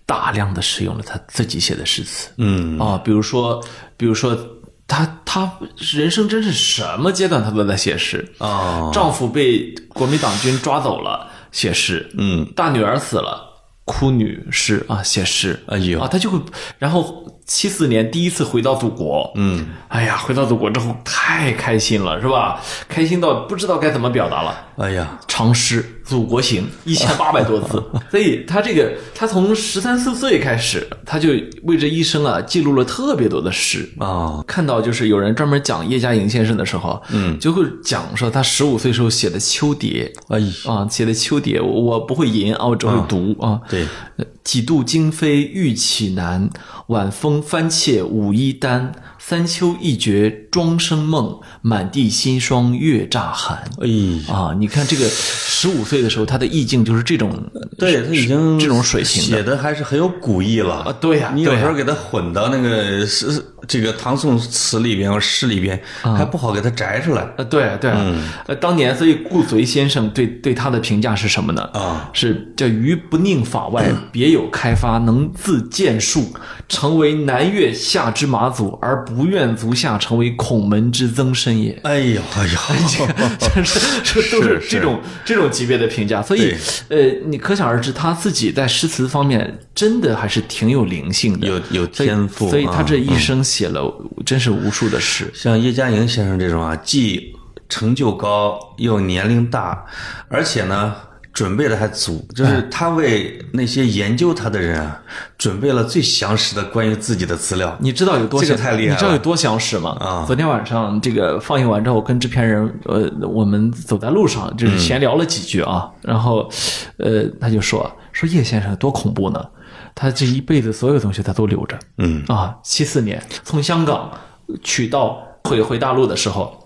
[SPEAKER 1] 大量的使用了他自己写的诗词，
[SPEAKER 2] 嗯
[SPEAKER 1] 啊，比如说，比如说他他人生真是什么阶段他都在写诗
[SPEAKER 2] 哦，
[SPEAKER 1] 丈夫被国民党军抓走了，写诗，
[SPEAKER 2] 嗯，
[SPEAKER 1] 大女儿死了。哭女诗啊，写诗，
[SPEAKER 2] 哎呦
[SPEAKER 1] 啊，他就会，然后七四年第一次回到祖国，嗯，哎呀，回到祖国之后太开心了，是吧？开心到不知道该怎么表达了。
[SPEAKER 2] 哎呀，
[SPEAKER 1] 长诗《祖国行》一千八百多字，所以他这个他从十三四岁开始，他就为这一生啊记录了特别多的诗
[SPEAKER 2] 啊、
[SPEAKER 1] 看到就是有人专门讲叶嘉莹先生的时候，嗯，就会讲说他十五岁时候写的《秋蝶
[SPEAKER 2] 哎，》
[SPEAKER 1] 啊，写的《秋蝶》，我我不会吟啊，我只会读啊。
[SPEAKER 2] 对，
[SPEAKER 1] 几度惊飞玉岂南，晚风翻妾舞衣单。三秋一绝庄生梦，满地新霜月乍寒。
[SPEAKER 2] 哎，
[SPEAKER 1] 啊，你看这个十五岁的时候，他的意境就是这种，
[SPEAKER 2] 对他已经
[SPEAKER 1] 这种水平的
[SPEAKER 2] 写的还是很有古意了
[SPEAKER 1] 啊对呀
[SPEAKER 2] 你有
[SPEAKER 1] 对呀
[SPEAKER 2] 时候给他混到那个是这个唐宋词里边、诗里边，
[SPEAKER 1] 啊
[SPEAKER 2] 还不好给它摘出来
[SPEAKER 1] 呃，对对，
[SPEAKER 2] 嗯
[SPEAKER 1] 呃，当年所以顾随先生对对他的评价是什么呢？
[SPEAKER 2] 啊。嗯
[SPEAKER 1] 是叫“余不宁法外，别有开发，能自建树，成为南岳下之马祖，而不愿足下成为孔门之曾参 也”。
[SPEAKER 2] 哎呦哎呦，
[SPEAKER 1] 这这都是
[SPEAKER 2] 是
[SPEAKER 1] 这种这种级别的评价，所以呃，你可想而知，他自己在诗词方面真的还是挺有灵性的，
[SPEAKER 2] 有有
[SPEAKER 1] 所以
[SPEAKER 2] 天赋啊，
[SPEAKER 1] 所以他这一生写了真是无数的诗。
[SPEAKER 2] 像叶嘉莹先生这种啊，既成就高又年龄大，而且呢。准备的还足，
[SPEAKER 1] 哎
[SPEAKER 2] 就是他为那些研究他的人啊，准备了最详实的关于自己的资料。
[SPEAKER 1] 你知道有多
[SPEAKER 2] 这个
[SPEAKER 1] 想
[SPEAKER 2] 太厉害了
[SPEAKER 1] 你知道有多想使吗？
[SPEAKER 2] 啊
[SPEAKER 1] 昨天晚上这个放映完之后，跟制片人呃，我们走在路上就是闲聊了几句啊，
[SPEAKER 2] 嗯
[SPEAKER 1] 然后呃，他就说说叶先生多恐怖呢，他这一辈子所有东西他都留着，
[SPEAKER 2] 嗯
[SPEAKER 1] 啊，七四年从香港取到回回大陆的时候。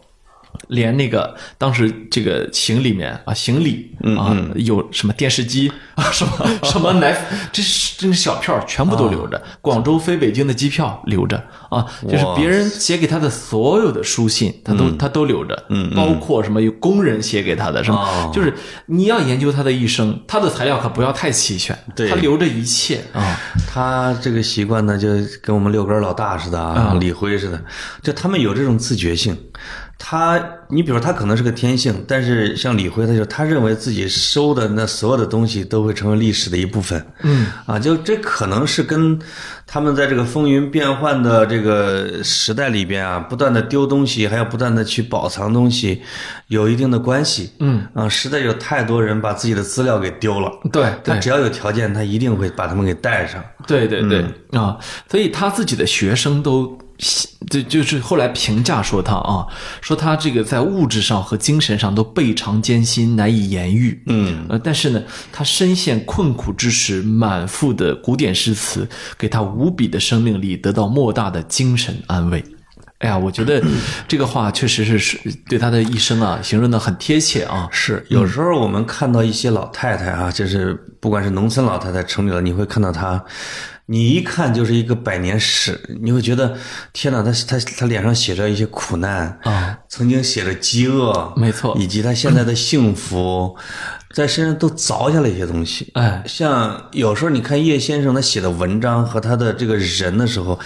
[SPEAKER 1] 连那个当时这个行里面啊，行李
[SPEAKER 2] 嗯
[SPEAKER 1] 啊，有什么电视机啊，什 么什么奶，这是这是小票儿全部都留着。广州飞北京的机票留着啊，就是
[SPEAKER 2] 啊哇
[SPEAKER 1] 别人写给他的所有的书信，他都、他都留着，嗯，包括什么有工人写给他的什么，
[SPEAKER 2] 哦
[SPEAKER 1] 就是你要研究他的一生，他的材料可不要太齐全，
[SPEAKER 2] 对哦
[SPEAKER 1] 他留着一切啊，
[SPEAKER 2] 他这个习惯呢，就跟我们六根老大似的啊，李辉似的，就他们有这种自觉性。他，你比如他可能是个天性，但是像李辉，他就他认为自己收的那所有的东西都会成为历史的一部分。嗯，啊，就这可能是跟他们在这个风云变幻的这个时代里边啊，不断的丢东西，还要不断的去保藏东西，有一定的关系。嗯，啊，实在有太多人把自己的资料给丢了。
[SPEAKER 1] 对
[SPEAKER 2] 他只要有条件，他一定会把他们给带上。
[SPEAKER 1] 对对对
[SPEAKER 2] 嗯
[SPEAKER 1] 啊，所以他自己的学生都。就就是后来评价说他啊，说他这个在物质上和精神上都倍尝艰辛，难以言喻。嗯，呃，但是呢，他深陷困苦之时，满腹的古典诗词给他无比的生命力，得到莫大的精神安慰。哎呀，我觉得这个话确实是是对他的一生啊，形容的很贴切啊。
[SPEAKER 2] 是，有时候我们看到一些老太太啊，就是不管是农村老太太、城里的，你会看到她，你一看就是一个百年史，你会觉得天哪，她她她脸上写着一些苦难
[SPEAKER 1] 啊，
[SPEAKER 2] 曾经写着饥饿，
[SPEAKER 1] 没错
[SPEAKER 2] 以及她现在的幸福，在身上都凿下了一些东西。
[SPEAKER 1] 哎，
[SPEAKER 2] 像有时候你看叶先生他写的文章和他的这个人的时候，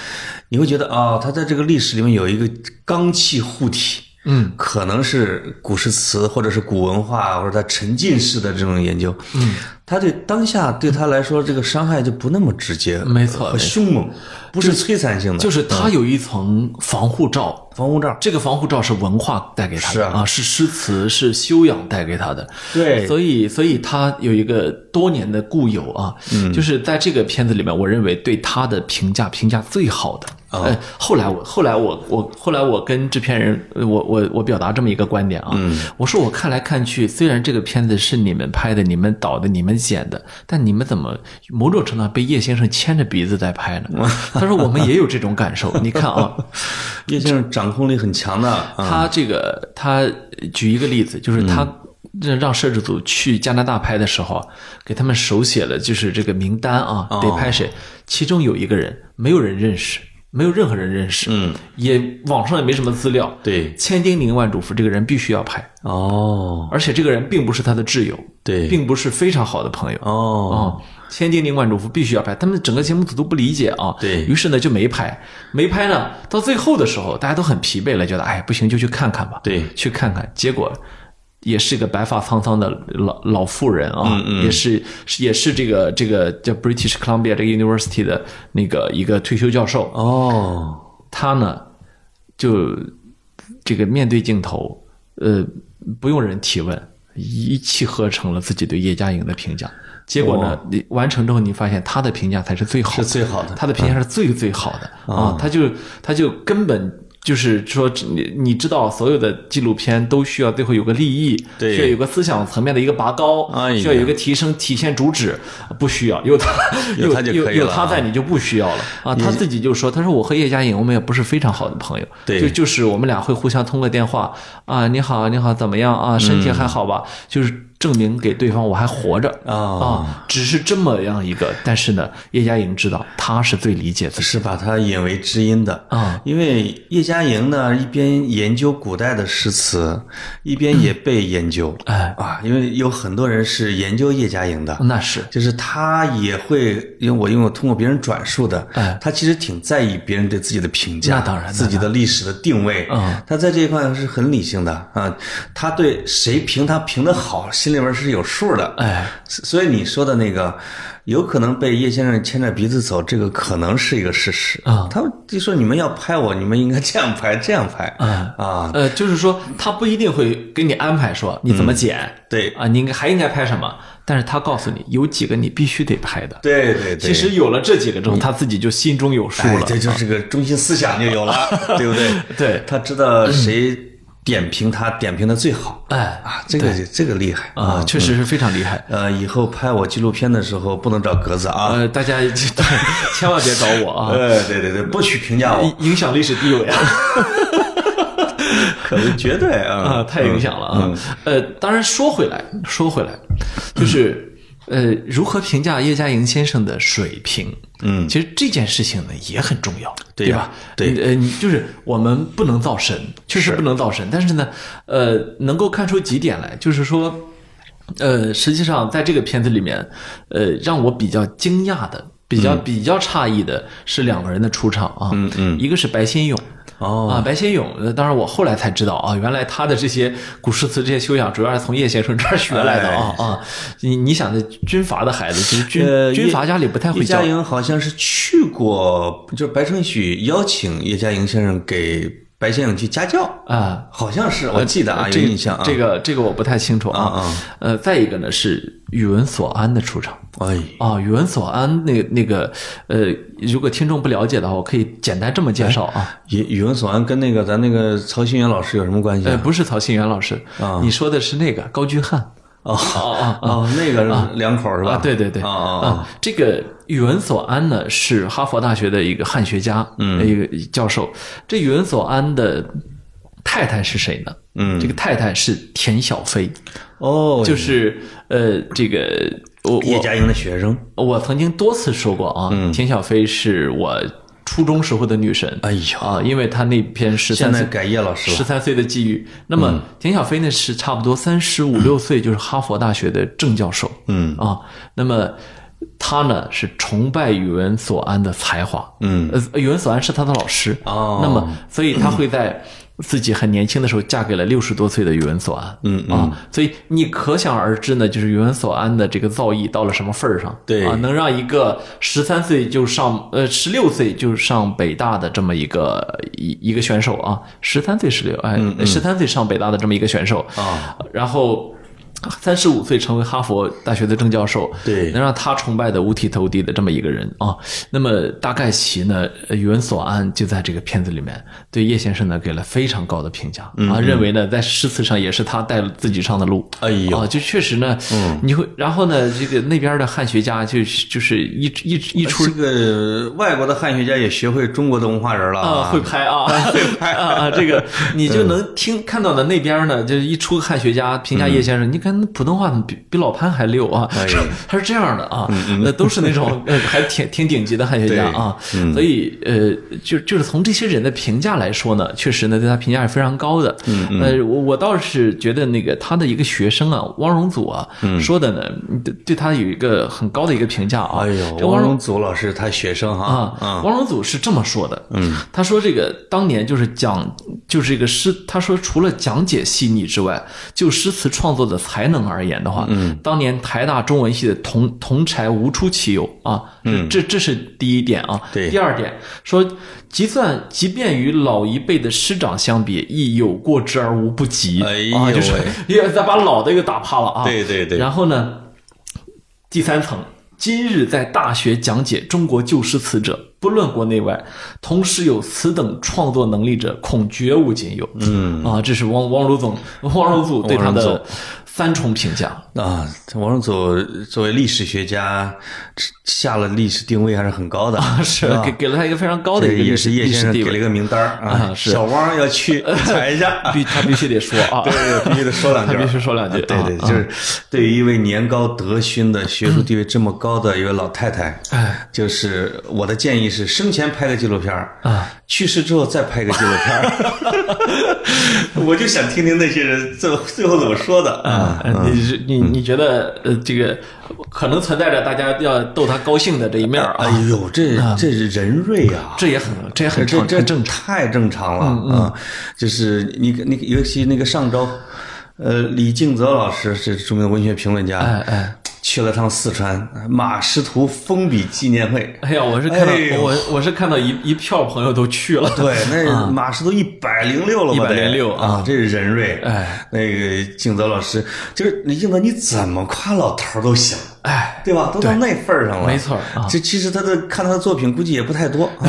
[SPEAKER 2] 你会觉得啊、他在这个历史里面有一个刚气护体。
[SPEAKER 1] 嗯，
[SPEAKER 2] 可能是古诗词，或者是古文化，或者他沉浸式的这种研究，嗯，他对当下对他来说，这个伤害就不那么直接，
[SPEAKER 1] 没错
[SPEAKER 2] 和
[SPEAKER 1] 没错
[SPEAKER 2] 凶猛，不是摧残性的，
[SPEAKER 1] 就是他有一层防护罩，
[SPEAKER 2] 防护罩。
[SPEAKER 1] 这个防护罩是文化带给他的
[SPEAKER 2] 是啊
[SPEAKER 1] 是诗词是修养带给他的。
[SPEAKER 2] 对
[SPEAKER 1] 所以所以他有一个多年的固有啊，
[SPEAKER 2] 嗯
[SPEAKER 1] 就是在这个片子里面，我认为对他的评价评价最好的。
[SPEAKER 2] 哦
[SPEAKER 1] 呃，后来我后来我我后来我跟制片人，呃我我我表达这么一个观点啊，
[SPEAKER 2] 嗯
[SPEAKER 1] 我说我看来看去，虽然这个片子是你们拍的、你们导的、你们剪的，但你们怎么某种程度上被叶先生牵着鼻子在拍呢？ 他说我们也有这种感受，你看啊，
[SPEAKER 2] 叶先生掌控力很强的，啊，
[SPEAKER 1] 他这个他举一个例子，就是他
[SPEAKER 2] 嗯
[SPEAKER 1] 让让摄制组去加拿大拍的时候啊，给他们手写了就是这个名单啊，
[SPEAKER 2] 哦
[SPEAKER 1] 得拍谁，其中有一个人没有人认识。没有任何人认识，嗯，也网上也没什么资料，
[SPEAKER 2] 对
[SPEAKER 1] 千叮咛万嘱咐，这个人必须要拍，
[SPEAKER 2] 哦，
[SPEAKER 1] 而且这个人并不是他的挚友，
[SPEAKER 2] 对
[SPEAKER 1] 并不是非常好的朋友，
[SPEAKER 2] 哦，
[SPEAKER 1] 哦，千叮咛万嘱咐必须要拍，他们整个节目组都不理解啊，
[SPEAKER 2] 对
[SPEAKER 1] 于是呢就没拍，没拍呢，到最后的时候大家都很疲惫了，觉得哎不行就去看看吧，
[SPEAKER 2] 对
[SPEAKER 1] 去看看，结果。也是个白发苍苍的老老妇人啊，也是是也是这个这个叫 British Columbia 这个 University 的那个一个退休教授，
[SPEAKER 2] 哦，
[SPEAKER 1] 他呢就这个面对镜头，呃，不用人提问，一气呵成了自己对叶嘉莹的评价。结果呢，你完成之后，你发现他的评价才是最好的，
[SPEAKER 2] 哦是最好的
[SPEAKER 1] 他的评价是最最好的、啊！他就他就根本。就是说，你你知道，所有的纪录片都需要最后有个立意，
[SPEAKER 2] 对
[SPEAKER 1] 需要有个思想层面的一个拔高，
[SPEAKER 2] 哎呀
[SPEAKER 1] 需要有一个提升、体现主旨，不需要有他
[SPEAKER 2] 有他就
[SPEAKER 1] 有
[SPEAKER 2] 可以
[SPEAKER 1] 有
[SPEAKER 2] 了
[SPEAKER 1] 他
[SPEAKER 2] 啊
[SPEAKER 1] 在你就不需要了啊！他自己就说，他说我和叶嘉莹我们也不是非常好的朋友，
[SPEAKER 2] 对
[SPEAKER 1] 就
[SPEAKER 2] 嗯
[SPEAKER 1] 就是我们俩会互相通个电话啊，你好，你好，怎么样啊？身体还好吧？就是。证明给对方我还活着啊、
[SPEAKER 2] 哦
[SPEAKER 1] 只是这么样一个。但是呢，叶嘉莹知道他是最理解自己
[SPEAKER 2] 是把它引为知音的
[SPEAKER 1] 啊
[SPEAKER 2] 因为叶嘉莹呢，一边研究古代的诗词，一边也被研究，
[SPEAKER 1] 哎
[SPEAKER 2] 啊，因为有很多人是研究叶嘉莹的，
[SPEAKER 1] 啊那是
[SPEAKER 2] 就是他也会，因为我因为我通过别人转述的，
[SPEAKER 1] 哎
[SPEAKER 2] 他其实挺在意别人对自己的评价，
[SPEAKER 1] 那当然
[SPEAKER 2] 自己的历史的定位，
[SPEAKER 1] 嗯
[SPEAKER 2] 他在这一块是很理性的啊，他对谁评他评的好，心里边是有数的，
[SPEAKER 1] 哎，
[SPEAKER 2] 所以你说的那个，有可能被叶先生牵着鼻子走，这个可能是一个事实
[SPEAKER 1] 啊
[SPEAKER 2] 他就说你们要拍我，你们应该这样拍，这样拍
[SPEAKER 1] 啊
[SPEAKER 2] 啊，
[SPEAKER 1] 呃，就是说他不一定会给你安排说你
[SPEAKER 2] 嗯
[SPEAKER 1] 怎么剪，
[SPEAKER 2] 对
[SPEAKER 1] 啊，你应该还应该拍什么，但是他告诉你有几个你必须得拍的。
[SPEAKER 2] 对对对，
[SPEAKER 1] 其实有了这几个之后，他自己就心中有数
[SPEAKER 2] 哎
[SPEAKER 1] 了。
[SPEAKER 2] 这就是个中心思想就 有了，对不对？
[SPEAKER 1] 对
[SPEAKER 2] 他知道谁点评他，点评的最好
[SPEAKER 1] 哎
[SPEAKER 2] 啊，这个这个厉害
[SPEAKER 1] 啊，确实是非常厉害。
[SPEAKER 2] 呃，以后拍我纪录片的时候不能找格子啊，
[SPEAKER 1] 呃，大家 对千万别找我啊，
[SPEAKER 2] 呃，对对对，不许评价我，
[SPEAKER 1] 影影响历史地位啊。
[SPEAKER 2] 可能绝 对
[SPEAKER 1] 啊，
[SPEAKER 2] 啊，
[SPEAKER 1] 太影响了啊。呃，当然说回来，说回来，就是。呃，如何评价叶嘉莹先生的水平？嗯，其实这件事情呢也很重要，
[SPEAKER 2] 对呀
[SPEAKER 1] 吧？
[SPEAKER 2] 对
[SPEAKER 1] 呃，你就是我们不能造神，确实不能造神，但是呢，呃，能够看出几点来，就是说，呃，实际上在这个片子里面，呃，让我比较惊讶的、比
[SPEAKER 2] 嗯
[SPEAKER 1] 较比较诧异的是两个人的出场啊，嗯嗯，一个是白先勇。
[SPEAKER 2] 哦
[SPEAKER 1] 啊，白先勇，呃当然我后来才知道啊，原来他的这些古诗词这些修养，主要是从叶先生这儿学来的啊、啊！你你想的军阀的孩子，其实军、
[SPEAKER 2] 哎呃
[SPEAKER 1] 军
[SPEAKER 2] 叶
[SPEAKER 1] 阀家里不太
[SPEAKER 2] 叶
[SPEAKER 1] 会教
[SPEAKER 2] 嘉，莹好像是去过，就是白承禧邀请叶嘉莹先生给白先生去家教
[SPEAKER 1] 啊，
[SPEAKER 2] 好像是我记得啊，有
[SPEAKER 1] 呃这个
[SPEAKER 2] 印象啊，
[SPEAKER 1] 这个这个我不太清楚啊
[SPEAKER 2] 啊
[SPEAKER 1] 呃，再一个呢是宇文所安的出场。
[SPEAKER 2] 哎，
[SPEAKER 1] 啊，宇文所安那那个，呃，如果听众不了解的话，我可以简单这么介绍
[SPEAKER 2] 哎
[SPEAKER 1] 啊。
[SPEAKER 2] 语语文所安跟那个咱那个曹新元老师有什么关系
[SPEAKER 1] 呃，
[SPEAKER 2] 啊？
[SPEAKER 1] 不是曹信元老师，你说的是那个高居翰。
[SPEAKER 2] 哦
[SPEAKER 1] 哦
[SPEAKER 2] 哦，那个两口是吧？
[SPEAKER 1] 啊，对对对，
[SPEAKER 2] 啊
[SPEAKER 1] 啊
[SPEAKER 2] 啊，
[SPEAKER 1] 这个宇文所安呢是哈佛大学的一个汉学家，嗯，一个教授。这宇文所安的太太是谁呢？嗯，这个太太是田小飞，
[SPEAKER 2] 哦，
[SPEAKER 1] 就是呃，这个我
[SPEAKER 2] 叶嘉莹的学生。
[SPEAKER 1] 我我曾经多次说过啊，田小飞是我初中时候的女神。
[SPEAKER 2] 嗯哎呦
[SPEAKER 1] 啊，因为她那篇十
[SPEAKER 2] 现
[SPEAKER 1] 三
[SPEAKER 2] 在
[SPEAKER 1] 岁。
[SPEAKER 2] 改叶老
[SPEAKER 1] 十
[SPEAKER 2] 师了，嗯
[SPEAKER 1] 三岁的际遇，那么田小飞呢是差不多三十五六岁，就是哈佛大学的正教授，
[SPEAKER 2] 嗯
[SPEAKER 1] 啊，那么他呢是崇拜宇文所安的才华，
[SPEAKER 2] 嗯，
[SPEAKER 1] 呃，宇文所安是他的老师，
[SPEAKER 2] 哦
[SPEAKER 1] 那么所以他会在自己很年轻的时候嫁给了六十多岁的宇文所安，
[SPEAKER 2] 嗯
[SPEAKER 1] 啊，所以你可想而知呢，就是宇文所安的这个造诣到了什么份儿上，
[SPEAKER 2] 对
[SPEAKER 1] 啊，能让一个十三岁就上呃十六岁就上北大的这么一个一一个选手啊，十三岁十六哎
[SPEAKER 2] 嗯
[SPEAKER 1] 十三岁上北大的这么一个选手
[SPEAKER 2] 啊，
[SPEAKER 1] 然后。三十五岁成为哈佛大学的正教授，
[SPEAKER 2] 对
[SPEAKER 1] 能让他崇拜的五体投地的这么一个人啊。那么大概其呢，呃宇文所安就在这个片子里面对叶先生呢给了非常高的评价啊，认为呢在诗词上也是他带了自己上的路。
[SPEAKER 2] 嗯哎呦
[SPEAKER 1] 啊，就确实呢，嗯，你会，然后呢，这个那边的汉学家就就是一一一出
[SPEAKER 2] 呃这个外国的汉学家也学会中国的文化人了
[SPEAKER 1] 啊，会拍啊，会拍 啊啊！ 这个你就能听看到的那边呢，就是一出汉学家评价叶先生，你看那普通话怎么比比老潘还溜啊
[SPEAKER 2] 嗯哎呀， 嗯
[SPEAKER 1] 他是这样的啊，那都是那种呃还挺挺顶级的汉学家啊，
[SPEAKER 2] 嗯
[SPEAKER 1] 所以呃，就就是从这些人的评价来说呢，确实呢对他评价是非常高的。
[SPEAKER 2] 嗯
[SPEAKER 1] 呃，我我倒是觉得那个他的一个学生啊，汪荣祖啊，
[SPEAKER 2] 嗯
[SPEAKER 1] 说的呢，对对他有一个很高的一个评价啊。
[SPEAKER 2] 哎呦，
[SPEAKER 1] 这
[SPEAKER 2] 王
[SPEAKER 1] 汪荣
[SPEAKER 2] 荣祖老师他学生哈嗯
[SPEAKER 1] 啊，王荣祖是这么说的，嗯，他说这个当年就是讲，就是这个诗，他说除了讲解细腻之外，就诗词创作的才能而言的话，嗯，当年台大中文系的同同柴无出其右啊，嗯，这这是第一点啊，
[SPEAKER 2] 对
[SPEAKER 1] 第二点说，即算即便与老一辈的师长相比，亦有过之而无不及，
[SPEAKER 2] 哎呦
[SPEAKER 1] 啊，就是
[SPEAKER 2] 喂
[SPEAKER 1] 也再把老的给打趴了啊，
[SPEAKER 2] 对对对
[SPEAKER 1] 然后呢，第三层，今日在大学讲解中国旧诗词者，不论国内外，同时有此等创作 能力者，恐绝无仅有。嗯，啊，这是汪汪如总、汪如祖对他
[SPEAKER 2] 汪如
[SPEAKER 1] 的三重评价。
[SPEAKER 2] 啊，王胜祖作为历史学家，下了历史定位还是很高的，
[SPEAKER 1] 啊是
[SPEAKER 2] 吧
[SPEAKER 1] 给给了他一个非常高的
[SPEAKER 2] 啊这
[SPEAKER 1] 一个
[SPEAKER 2] 也
[SPEAKER 1] 历
[SPEAKER 2] 是
[SPEAKER 1] 史
[SPEAKER 2] 叶
[SPEAKER 1] 历
[SPEAKER 2] 先
[SPEAKER 1] 史
[SPEAKER 2] 生
[SPEAKER 1] 地
[SPEAKER 2] 给了
[SPEAKER 1] 位，
[SPEAKER 2] 一个名单儿啊，
[SPEAKER 1] 啊是
[SPEAKER 2] 小汪要 去踩一下，
[SPEAKER 1] 必他必须得说啊，
[SPEAKER 2] 对，必须得说两句，
[SPEAKER 1] 他 必须说两句
[SPEAKER 2] 对对，
[SPEAKER 1] 啊
[SPEAKER 2] 就是对于一位年高德勋的学术地位这么高的一位老太太，
[SPEAKER 1] 哎，
[SPEAKER 2] 就是我的建议是，生前拍个纪录片儿
[SPEAKER 1] 啊，
[SPEAKER 2] 去世之后再拍个纪录片儿。 我就想听听那些人最后最后怎么说的啊。
[SPEAKER 1] 呃你是你你觉得呃这个可能存在着大家要逗他高兴的这一面儿
[SPEAKER 2] 哎
[SPEAKER 1] 啊，
[SPEAKER 2] 呦，这这是人瑞啊！
[SPEAKER 1] 这也很这也很
[SPEAKER 2] 这
[SPEAKER 1] 正
[SPEAKER 2] 这
[SPEAKER 1] 很正常。嗯
[SPEAKER 2] 太正常了啊、就是你那个，尤其那个上周，呃，李敬泽老师是著名的文学评论家，
[SPEAKER 1] 哎哎，
[SPEAKER 2] 去了趟四川马识途封笔纪念会。
[SPEAKER 1] 哎呀，我是看到、
[SPEAKER 2] 哎呦
[SPEAKER 1] 我我是看到一一票朋友都去了，
[SPEAKER 2] 对，那马识途一百零六了吧？得
[SPEAKER 1] 106
[SPEAKER 2] 啊，这是人瑞。
[SPEAKER 1] 哎，
[SPEAKER 2] 那个敬泽老师，就是李敬泽，你怎么夸老头儿都行，
[SPEAKER 1] 哎，
[SPEAKER 2] 对吧？都到那份儿上了，
[SPEAKER 1] 没错儿啊
[SPEAKER 2] 这其实他的看他的作品估计也不太多，啊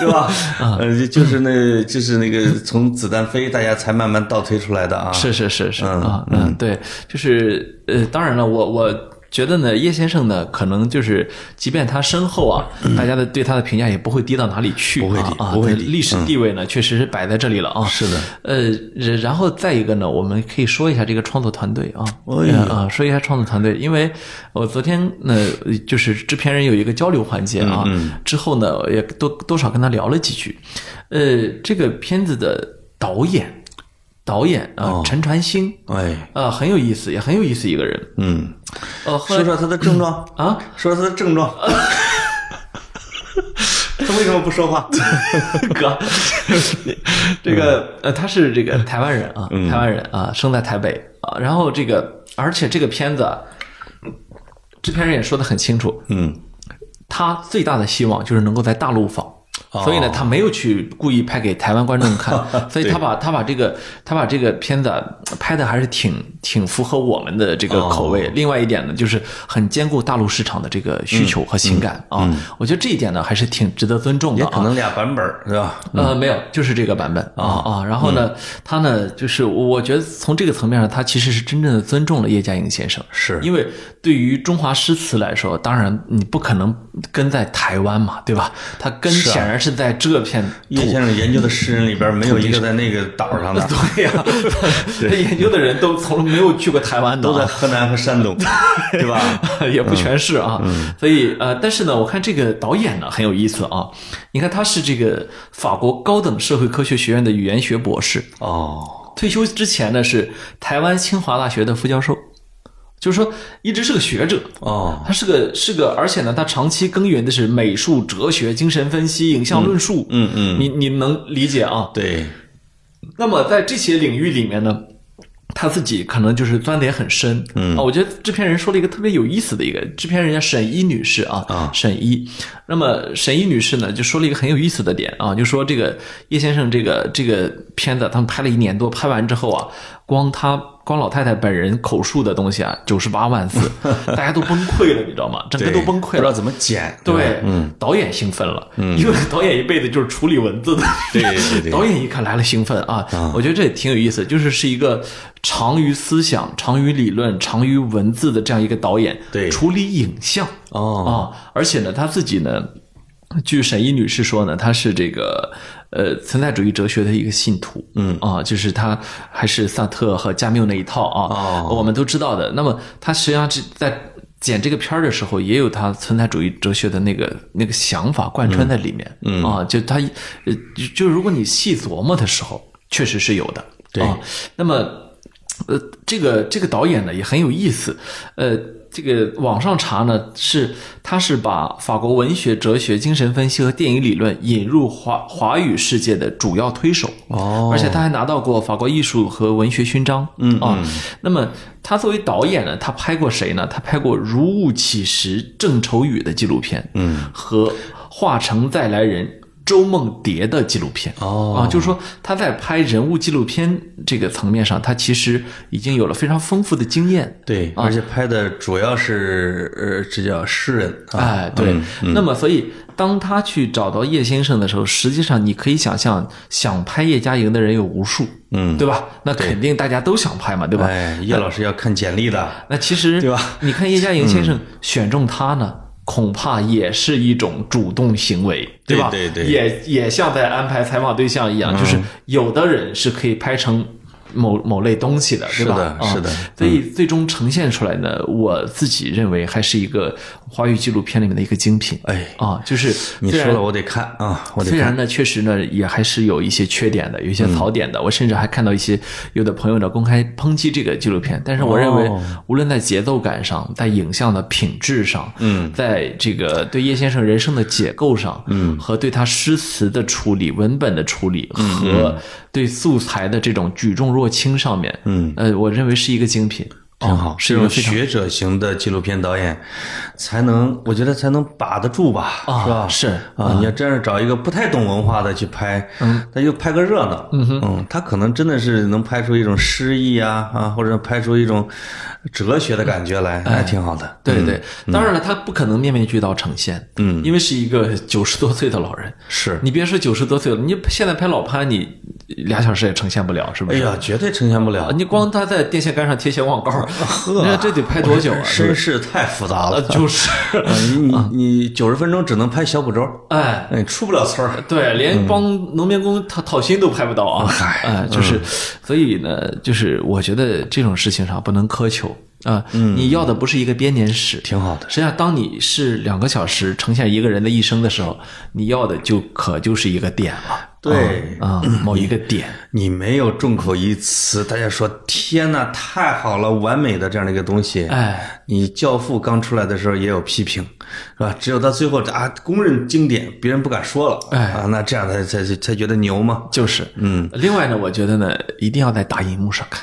[SPEAKER 2] 对吧？呃，就就是那，就是那个从子弹飞大家才慢慢倒推出来的啊。
[SPEAKER 1] 是是是是
[SPEAKER 2] 嗯
[SPEAKER 1] 啊，嗯，对，就是呃，当然了，我我觉得呢，叶先生呢，可能就是，即便他身后啊，大家的对他的评价也不会低到哪里去，
[SPEAKER 2] 嗯不会低
[SPEAKER 1] 啊，啊
[SPEAKER 2] 不会
[SPEAKER 1] 他
[SPEAKER 2] 低嗯
[SPEAKER 1] 历史地位呢，确实是摆在这里了啊。
[SPEAKER 2] 是的，
[SPEAKER 1] 呃，然然后再一个呢，我们可以说一下这个创作团队啊，
[SPEAKER 2] 哎呀
[SPEAKER 1] 啊，说一下创作团队，因为我昨天呢，就是制片人有一个交流环节啊，
[SPEAKER 2] 嗯
[SPEAKER 1] 之后呢，也多多少跟他聊了几句，呃，这个片子的导演。导演
[SPEAKER 2] 哦
[SPEAKER 1] 啊、陈传兴
[SPEAKER 2] 哎，
[SPEAKER 1] 啊、很有意思，也很有意思一个人。
[SPEAKER 2] 嗯，
[SPEAKER 1] 呃，后
[SPEAKER 2] 说
[SPEAKER 1] 来
[SPEAKER 2] 说他的症状
[SPEAKER 1] 啊，
[SPEAKER 2] 说说他的症状。他为什么不说话？
[SPEAKER 1] 哥， 这个呃，他是这个台湾人啊，台湾人啊，生在台北啊。然后这个，而且这个片子啊，制片人也说的很清楚，
[SPEAKER 2] 嗯，
[SPEAKER 1] 他最大的希望就是能够在大陆放。所以呢，他没有去故意拍给台湾观 众看，所以他把他把这个他把这个片子啊拍的还是挺挺符合我们的这个口味。另外一点呢，就是很兼顾大陆市场的这个需求和情感啊。我觉得这一点呢，还是挺值得尊重的
[SPEAKER 2] 也
[SPEAKER 1] 啊。
[SPEAKER 2] 可能俩版本儿，是吧？
[SPEAKER 1] 呃，没有，就是这个版本啊啊。然后呢，他呢，就是我觉得从这个层面上，他其实是真正的尊重了叶嘉莹先生，
[SPEAKER 2] 是
[SPEAKER 1] 因为对于中华诗词来说，当然你不可能跟在台湾嘛，对吧？他跟
[SPEAKER 2] 是啊
[SPEAKER 1] 显然是在这片
[SPEAKER 2] 叶先生研究的诗人里边，没有一个在那个岛上的，
[SPEAKER 1] 对呀、他 研究的人都从来没有去过台湾的啊，
[SPEAKER 2] 都在河南和山东， 对吧？
[SPEAKER 1] 也不全是啊。所以呃，但是呢，我看这个导演呢很有意思啊。你看他是这个法国高等社会科学学院的语言学博士，
[SPEAKER 2] 哦，
[SPEAKER 1] 退休之前呢是台湾清华大学的副教授，就是说一直是个学者。
[SPEAKER 2] 哦，
[SPEAKER 1] 他是个是个，而且呢，他长期耕耘的是美术、哲学、精神分析、影像论述。
[SPEAKER 2] 嗯嗯
[SPEAKER 1] 你你能理解啊？
[SPEAKER 2] 对，
[SPEAKER 1] 那么在这些领域里面呢，他自己可能就是钻得也很深。嗯啊，我觉得制片人说了一个特别有意思的一个，制片人家沈一女士啊，
[SPEAKER 2] 啊
[SPEAKER 1] 沈一。那么沈一女士呢，就说了一个很有意思的点啊，就说这个叶先生这个这个片子，他们拍了一年多，拍完之后啊，光他。光老太太本人口述的东西啊，九十八万 字，大家都崩溃了，你知道吗？整个
[SPEAKER 2] 对
[SPEAKER 1] 都崩
[SPEAKER 2] 不
[SPEAKER 1] 溃
[SPEAKER 2] 知道
[SPEAKER 1] 了。
[SPEAKER 2] 怎么剪，
[SPEAKER 1] 对，嗯，导演兴奋了，嗯，因为导演一辈子就是处理文字的，
[SPEAKER 2] 对对对
[SPEAKER 1] 导演一看来了兴奋啊，我觉得这也挺有意思，就是是一个长于思想、长于理论、长于文字的这样一个导演，
[SPEAKER 2] 对
[SPEAKER 1] 处理影像啊、
[SPEAKER 2] 哦，
[SPEAKER 1] 而且呢，他自己呢，据沈一女士说呢，她是这个呃存在主义哲学的一个信徒，嗯啊，就是她还是萨特和加缪那一套啊，
[SPEAKER 2] 哦
[SPEAKER 1] 我们都知道的。那么她实际上是在。剪这个片儿的时候，也有她存在主义哲学的那个那个想法贯穿在里面，嗯啊，就她呃，就就如果你细琢磨的时候，确实是有的，
[SPEAKER 2] 对
[SPEAKER 1] 啊。那么呃，这个这个导演呢也很有意思，呃，这个网上查呢是他是把法国文学、哲学、精神分析和电影理论引入华华语世界的主要推手
[SPEAKER 2] 哦
[SPEAKER 1] 而且他还拿到过法国艺术和文学勋章，嗯啊，那么他作为导演呢，他拍过谁呢？他拍过《如雾起时》郑愁予的纪录片，嗯，和《化成再来人》周梦蝶的纪录片
[SPEAKER 2] 哦
[SPEAKER 1] 啊，就是说他在拍人物纪录片这个层面上，他其实已经有了非常丰富的经验。
[SPEAKER 2] 对，而且拍的主要是呃，这叫诗人啊，
[SPEAKER 1] 哎，对，那么所以当他去找到叶先生的时候，实际上你可以想象，想拍叶嘉莹的人有无数，
[SPEAKER 2] 嗯，
[SPEAKER 1] 对吧？那肯定大家都想拍嘛，对吧？
[SPEAKER 2] 哎，叶老师要看简历的，
[SPEAKER 1] 那其实
[SPEAKER 2] 对吧？嗯
[SPEAKER 1] 你看叶嘉莹先生选中他呢，恐怕也是一种主动行为，
[SPEAKER 2] 对
[SPEAKER 1] 吧？
[SPEAKER 2] 对对嗯
[SPEAKER 1] 也也像在安排采访对象一样，就是有的人是可以拍成。某某类东西的，对吧？
[SPEAKER 2] 的
[SPEAKER 1] 啊
[SPEAKER 2] 是的嗯
[SPEAKER 1] 所以最终呈现出来呢，我自己认为还是一个华语纪录片里面的一个精品。
[SPEAKER 2] 哎
[SPEAKER 1] 啊，就是
[SPEAKER 2] 你
[SPEAKER 1] 虽
[SPEAKER 2] 说
[SPEAKER 1] 然
[SPEAKER 2] 了我得看啊，我得
[SPEAKER 1] 虽
[SPEAKER 2] 看。
[SPEAKER 1] 然呢，确实呢，也还是有一些缺点的，有一些槽点的。我甚至还看到一些有的朋友呢公开抨击这个纪录片，但是我认为，
[SPEAKER 2] 哦
[SPEAKER 1] 无论在节奏感上，在影像的品质上，嗯，在这个对叶先生人生的解构上，嗯，和对他诗词的处理、文本的处理和对素材的这种举重若轻上面，嗯，呃，我认为是一个精品，
[SPEAKER 2] 挺好，
[SPEAKER 1] 是一
[SPEAKER 2] 哦这
[SPEAKER 1] 个非
[SPEAKER 2] 种
[SPEAKER 1] 常
[SPEAKER 2] 学者型的纪录片导演，才能我觉得才能把得住吧，
[SPEAKER 1] 啊
[SPEAKER 2] 是吧？
[SPEAKER 1] 是
[SPEAKER 2] 啊，你要真是找一个不太懂文化的去拍，嗯，他就拍个热闹，嗯他可能真的是能拍出一种诗意啊啊，或者拍出一种哲学的感觉来，还挺好的。
[SPEAKER 1] 对对，当然了，他不可能面面俱到呈现，嗯，因为是一个九十多岁的老人，
[SPEAKER 2] 是，
[SPEAKER 1] 你别说九十多岁了，你现在拍老潘，你俩小时也呈现不了，是不
[SPEAKER 2] 哎
[SPEAKER 1] 是？
[SPEAKER 2] 呀，绝对呈现不了，
[SPEAKER 1] 你光他在电线杆上贴些广告，那这得拍多久啊？
[SPEAKER 2] 身世太复杂
[SPEAKER 1] 呃
[SPEAKER 2] 了，
[SPEAKER 1] 就是，
[SPEAKER 2] 啊你你你九十分钟只能拍小捕捉，
[SPEAKER 1] 哎，
[SPEAKER 2] 哎，出不了村儿。
[SPEAKER 1] 对，
[SPEAKER 2] 嗯
[SPEAKER 1] 连帮农民工讨讨薪都拍不到啊！哎，就是，所以呢，就是我觉得这种事情上不能苛求啊。
[SPEAKER 2] 嗯
[SPEAKER 1] 你要的不是一个编年史，
[SPEAKER 2] 挺好的
[SPEAKER 1] 实际上，当你是两个小时呈现一个人的一生的时候，你要的就可就是一个点了。
[SPEAKER 2] 对
[SPEAKER 1] 啊，某一个点。
[SPEAKER 2] 你没有众口一词，大家说天呐，太好了，完美的这样的一个东西。
[SPEAKER 1] 哎，
[SPEAKER 2] 你《教父》刚出来的时候也有批评，是吧？只有到最后啊，公认经典，别人不敢说了。
[SPEAKER 1] 哎
[SPEAKER 2] 啊，那这样才才才觉得牛嘛。
[SPEAKER 1] 就是，嗯。另外呢，我觉得呢，一定要在大荧幕上看，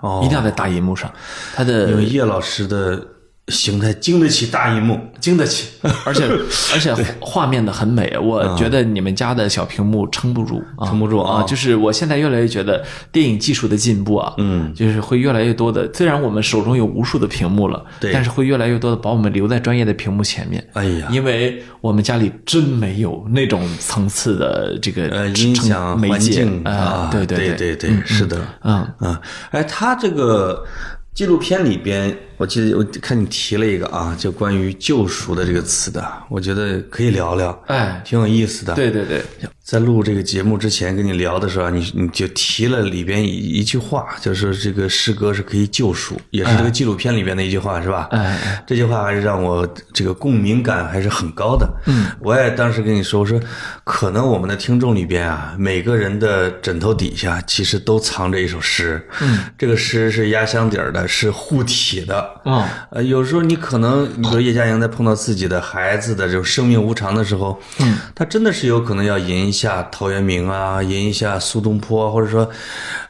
[SPEAKER 2] 哦
[SPEAKER 1] 一定要在大荧幕上，它的
[SPEAKER 2] 因为叶老师的形态经得起大荧幕。
[SPEAKER 1] 经得 起，而且而且画面的很美，我觉得你们家的小屏幕撑不住，啊
[SPEAKER 2] 撑不住
[SPEAKER 1] 啊！
[SPEAKER 2] 啊
[SPEAKER 1] 就是我现在越来越觉得电影技术的进步啊，嗯，就是会越来越多的，虽然我们手中有无数的屏幕了，
[SPEAKER 2] 对
[SPEAKER 1] 但是会越来越多的把我们留在专业的屏幕前面。
[SPEAKER 2] 哎呀，
[SPEAKER 1] 因为我们家里真没有那种层次的这个
[SPEAKER 2] 呃，
[SPEAKER 1] 撑
[SPEAKER 2] 音响
[SPEAKER 1] 媒
[SPEAKER 2] 环
[SPEAKER 1] 介
[SPEAKER 2] 境
[SPEAKER 1] 啊，对
[SPEAKER 2] 对
[SPEAKER 1] 对，
[SPEAKER 2] 对是的。
[SPEAKER 1] 嗯，
[SPEAKER 2] 啊，哎，他这个纪录片里边，我记得我看你提了一个啊，就关于救赎的这个词的，我觉得可以聊聊，
[SPEAKER 1] 哎
[SPEAKER 2] 挺有意思的。，
[SPEAKER 1] 对对对，
[SPEAKER 2] 在录这个节目之前跟你聊的时候啊，你你就提了里边一一句话，就是这个诗歌是可以救赎，也是这个纪录片里边的一句话，是吧？
[SPEAKER 1] 哎，
[SPEAKER 2] 这句话还是让我这个共鸣感还是很高的。嗯，我也当时跟你说，我说可能我们的听众里边啊，每个人的枕头底下其实都藏着一首诗。嗯，这个诗是压箱底儿的，是护体的。
[SPEAKER 1] 嗯
[SPEAKER 2] 呃，有时候你可能，你比如叶嘉莹在碰到自己的孩子的这种生命无常的时候，嗯，她真的是有可能要吟一下陶渊明啊，吟一下苏东坡啊，或者说，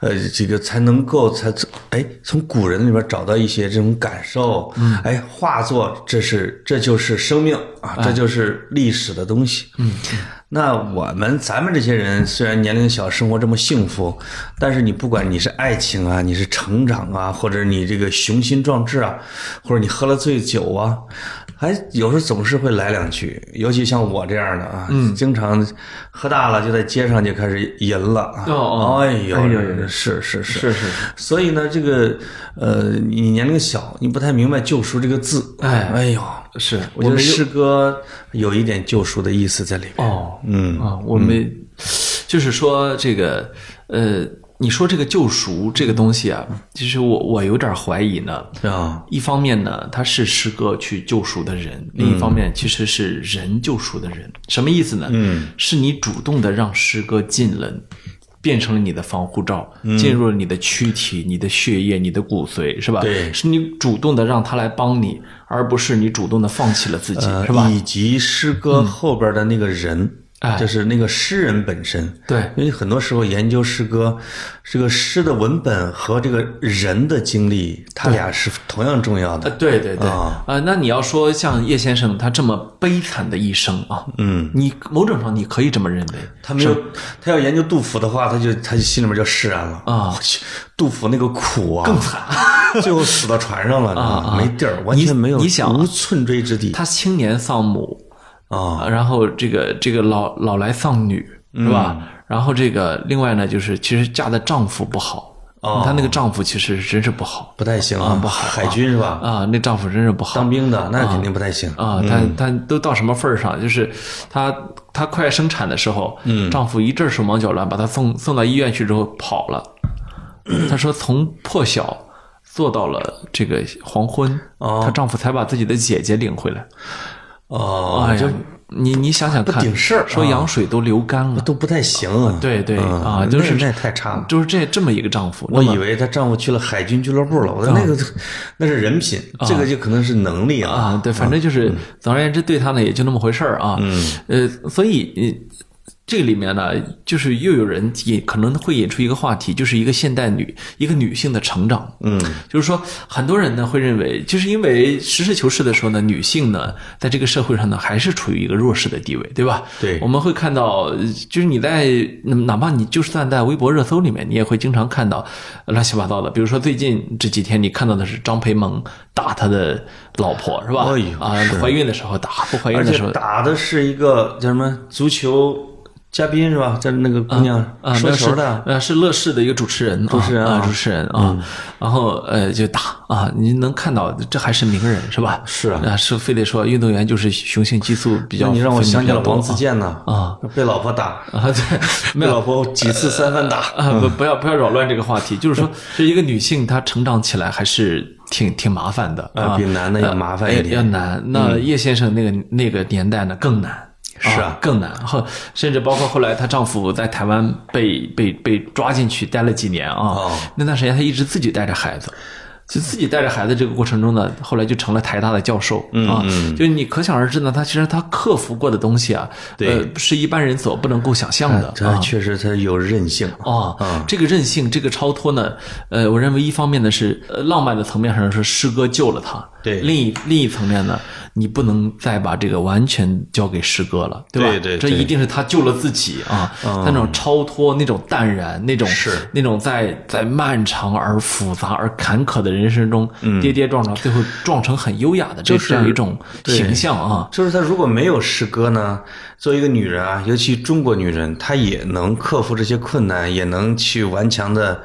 [SPEAKER 2] 呃，这个才能够才哎从古人里边找到一些这种感受，嗯，哎，化作这是这就是生命啊，这就是历史的东西，嗯。那我们咱们这些人虽然年龄小，生活这么幸福，但是你不管你是爱情啊，你是成长啊，或者你这个雄心壮志啊，或者你喝了醉酒啊，还有时候总是会来两句。尤其像我这样的啊，
[SPEAKER 1] 嗯
[SPEAKER 2] 经常喝大了就在街上就开始淫了啊。
[SPEAKER 1] 哦哦
[SPEAKER 2] 哎呦，
[SPEAKER 1] 哎呦
[SPEAKER 2] 是是是
[SPEAKER 1] 是是
[SPEAKER 2] 所以呢，这个呃，你年龄小，你不太明白“救赎”这个字。
[SPEAKER 1] 哎
[SPEAKER 2] 哎呦，
[SPEAKER 1] 是
[SPEAKER 2] 我觉得诗歌有一点救赎的意思在里面。
[SPEAKER 1] 哦，嗯啊，我们就是说这个，呃，你说这个救赎这个东西啊，其实我我有点怀疑呢。
[SPEAKER 2] 啊，
[SPEAKER 1] 一方面呢，他是诗歌去救赎的人；另一方面，其实是人救赎的人。什么意思呢？嗯，是你主动的让诗歌进了，变成了你的防护罩，进入了你的躯体、你的血液、你的骨髓，是吧？
[SPEAKER 2] 对
[SPEAKER 1] 是你主动的让他来帮你，而不是你主动的放弃了自己，
[SPEAKER 2] 呃
[SPEAKER 1] 是吧？嗯
[SPEAKER 2] 以及诗歌后边的那个人，
[SPEAKER 1] 哎
[SPEAKER 2] 就是那个诗人本身。
[SPEAKER 1] 对，
[SPEAKER 2] 因为很多时候研究诗歌，这个诗的文本和这个人的经历，它俩是同样重要
[SPEAKER 1] 呃
[SPEAKER 2] 的。
[SPEAKER 1] 对对对，
[SPEAKER 2] 啊
[SPEAKER 1] 呃，那你要说像叶先生他这么悲惨的一生啊，嗯，你某种程度上你可以这么认为，
[SPEAKER 2] 他没有，他要研究杜甫的话，他就他就心里面就释然了
[SPEAKER 1] 啊！
[SPEAKER 2] 我去，杜甫那个苦啊，更惨， 最后死到船上了，
[SPEAKER 1] 啊
[SPEAKER 2] 没地儿，完全没有，
[SPEAKER 1] 你想啊
[SPEAKER 2] 无寸锥之地
[SPEAKER 1] 他青年丧母，
[SPEAKER 2] 啊！
[SPEAKER 1] 啊，然后这个这个老老来丧女是吧？
[SPEAKER 2] 嗯
[SPEAKER 1] 然后这个另外呢，就是其实嫁的丈夫不好，
[SPEAKER 2] 哦
[SPEAKER 1] 她那个丈夫其实真是不好
[SPEAKER 2] 不太行
[SPEAKER 1] 啊不好
[SPEAKER 2] 海军是吧？
[SPEAKER 1] 啊，那丈夫真是不好
[SPEAKER 2] 当兵的那肯定不太行。
[SPEAKER 1] 啊，她
[SPEAKER 2] 嗯
[SPEAKER 1] 她都到什么份儿上？就是她她快生产的时候，
[SPEAKER 2] 嗯
[SPEAKER 1] 丈夫一阵手忙脚乱，把她送送到医院去之后跑了。她说从破晓做到了这个黄昏，
[SPEAKER 2] 哦
[SPEAKER 1] 她丈夫才把自己的姐姐领回来。
[SPEAKER 2] 哦
[SPEAKER 1] 哎，
[SPEAKER 2] 就
[SPEAKER 1] 呀，你你想想看，
[SPEAKER 2] 顶事儿
[SPEAKER 1] 说
[SPEAKER 2] 啊
[SPEAKER 1] 羊水都流干了。
[SPEAKER 2] 都不太行啊。
[SPEAKER 1] 对对
[SPEAKER 2] 嗯
[SPEAKER 1] 啊，就是
[SPEAKER 2] 那那太差了。
[SPEAKER 1] 就是这这么一个丈夫。
[SPEAKER 2] 我
[SPEAKER 1] 那么啊
[SPEAKER 2] 以为她丈夫去了海军俱乐部了，我说那个 那是人品，这个就可能是能力啊。
[SPEAKER 1] 啊，对，反正就是总而言之，对他呢也就那么回事儿啊。嗯，呃，所以呃这里面呢，就是又有人引可能会引出一个话题，就是一个现代女一个女性的成长。嗯，就是说很多人呢会认为，就是因为实事求是的说呢，女性呢在这个社会上呢还是处于一个弱势的地位，对吧？
[SPEAKER 2] 对
[SPEAKER 1] 我们会看到，呃就是你在嗯哪怕你就算在微博热搜里面，你也会经常看到呃乱七八糟的。比如说最近这几天，你看到的是张培萌打他的老婆，是吧？
[SPEAKER 2] 哎呦
[SPEAKER 1] 啊，
[SPEAKER 2] 是
[SPEAKER 1] 怀孕的时候打，不怀孕
[SPEAKER 2] 而
[SPEAKER 1] 的时
[SPEAKER 2] 且
[SPEAKER 1] 候
[SPEAKER 2] 打的是一个叫什么足球嘉宾是吧？叫那个姑娘
[SPEAKER 1] 啊，
[SPEAKER 2] 说
[SPEAKER 1] 那
[SPEAKER 2] 球
[SPEAKER 1] 是
[SPEAKER 2] 的，
[SPEAKER 1] 呃是乐视的一个主持人，主
[SPEAKER 2] 持人啊
[SPEAKER 1] 啊，主持人啊，然后呃就打啊，你能看到这还是名人是吧？
[SPEAKER 2] 是啊
[SPEAKER 1] 啊，是非得说运动员就是雄性激素比较
[SPEAKER 2] 那
[SPEAKER 1] 分泌比较多啊，
[SPEAKER 2] 你让我想起了王自健呢啊，被老婆打，
[SPEAKER 1] 啊，对，
[SPEAKER 2] 被老婆几次三番打。
[SPEAKER 1] 啊，不不要不要扰乱这个话题，就是 说，是一个女性她成长起来还是挺挺麻烦的
[SPEAKER 2] 啊
[SPEAKER 1] 啊，
[SPEAKER 2] 比男的要麻烦一
[SPEAKER 1] 呃
[SPEAKER 2] 点嗯
[SPEAKER 1] 要难。那叶先生那个那个年代呢更难。
[SPEAKER 2] 是啊
[SPEAKER 1] 啊，更难。后甚至包括后来她丈夫在台湾被被被抓进去待了几年啊
[SPEAKER 2] 哦，
[SPEAKER 1] 那段时间她一直自己带着孩子。就自己带着孩子这个过程中呢，后来就成了台大的教授
[SPEAKER 2] 嗯
[SPEAKER 1] 啊，就是你可想而知呢，她其实她克服过的东西啊，
[SPEAKER 2] 对哎
[SPEAKER 1] 呃，是一般人所不能够想象的
[SPEAKER 2] 这
[SPEAKER 1] 啊。
[SPEAKER 2] 确实他有韧性啊
[SPEAKER 1] 哦，这个韧性，这个超脱呢，呃，我认为一方面呢是呃浪漫的层面上说诗歌救了他，
[SPEAKER 2] 对
[SPEAKER 1] 另一另一层面呢，你不能再把这个完全交给诗歌了，对吧？
[SPEAKER 2] 对对
[SPEAKER 1] 这
[SPEAKER 2] 对嗯
[SPEAKER 1] 一定是他救了自己啊，他那种超脱，那种淡然，那种
[SPEAKER 2] 是
[SPEAKER 1] 那种在在漫长而复杂而坎坷的人生中
[SPEAKER 2] 嗯
[SPEAKER 1] 跌跌撞撞，最后撞成很优雅的这这样一种
[SPEAKER 2] 对
[SPEAKER 1] 形象啊，
[SPEAKER 2] 就是她如果没有诗歌呢，作为一个女人啊，尤其中国女人，她也能克服这些困难，也能去顽强的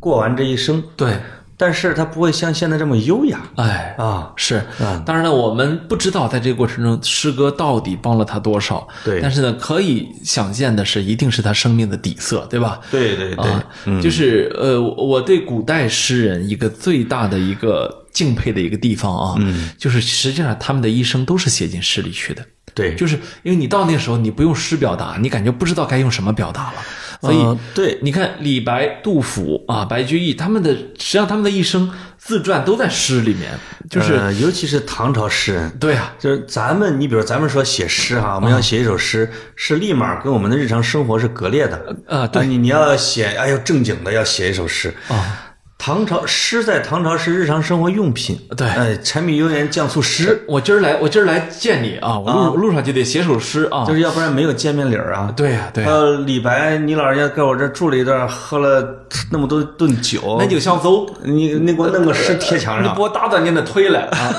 [SPEAKER 2] 过完这一生。
[SPEAKER 1] 对，
[SPEAKER 2] 但是她不会像现在这么优雅
[SPEAKER 1] 哎，
[SPEAKER 2] 啊。
[SPEAKER 1] 是
[SPEAKER 2] 嗯，
[SPEAKER 1] 当然了，我们不知道在这个过程中，诗歌到底帮了他多少。
[SPEAKER 2] 对
[SPEAKER 1] 但是呢，可以想见的是，一定是他生命的底色，对吧？
[SPEAKER 2] 对对嗯对，
[SPEAKER 1] 啊，就是呃，我我对古代诗人一个最大的一个敬佩的一个地方啊，嗯，就是实际上他们的一生都是写进诗里去的。
[SPEAKER 2] 对，
[SPEAKER 1] 就是因为你到那时候，你不用诗表达，你感觉不知道该用什么表达了，所以、
[SPEAKER 2] 嗯对
[SPEAKER 1] 你看李白、杜甫啊、白居易他们的，实际上他们的一生自传都在诗里面，就是、
[SPEAKER 2] 呃尤其是唐朝诗人，
[SPEAKER 1] 对啊，
[SPEAKER 2] 就是咱们，你比如咱们说写诗哈，我们要写一首诗，是立马跟我们的日常生活是割裂的。
[SPEAKER 1] 啊对
[SPEAKER 2] 你你要写，哎呦正经的要写一首诗
[SPEAKER 1] 啊。
[SPEAKER 2] 唐朝诗在唐朝是日常生活用品，
[SPEAKER 1] 对
[SPEAKER 2] 哎，柴米油盐酱醋诗，
[SPEAKER 1] 我今儿来，我今儿来见你啊，我路、路上就呃得写首诗啊，
[SPEAKER 2] 就是要不然没有见面礼儿啊。
[SPEAKER 1] 对呀、对
[SPEAKER 2] 还
[SPEAKER 1] 呀、
[SPEAKER 2] 有李白，你老人家在我这住了一段，喝了那么多顿酒，
[SPEAKER 1] 那就像走，
[SPEAKER 2] 你你给我弄个诗贴墙
[SPEAKER 1] 你
[SPEAKER 2] 上
[SPEAKER 1] 给，我大胆点的推来啊，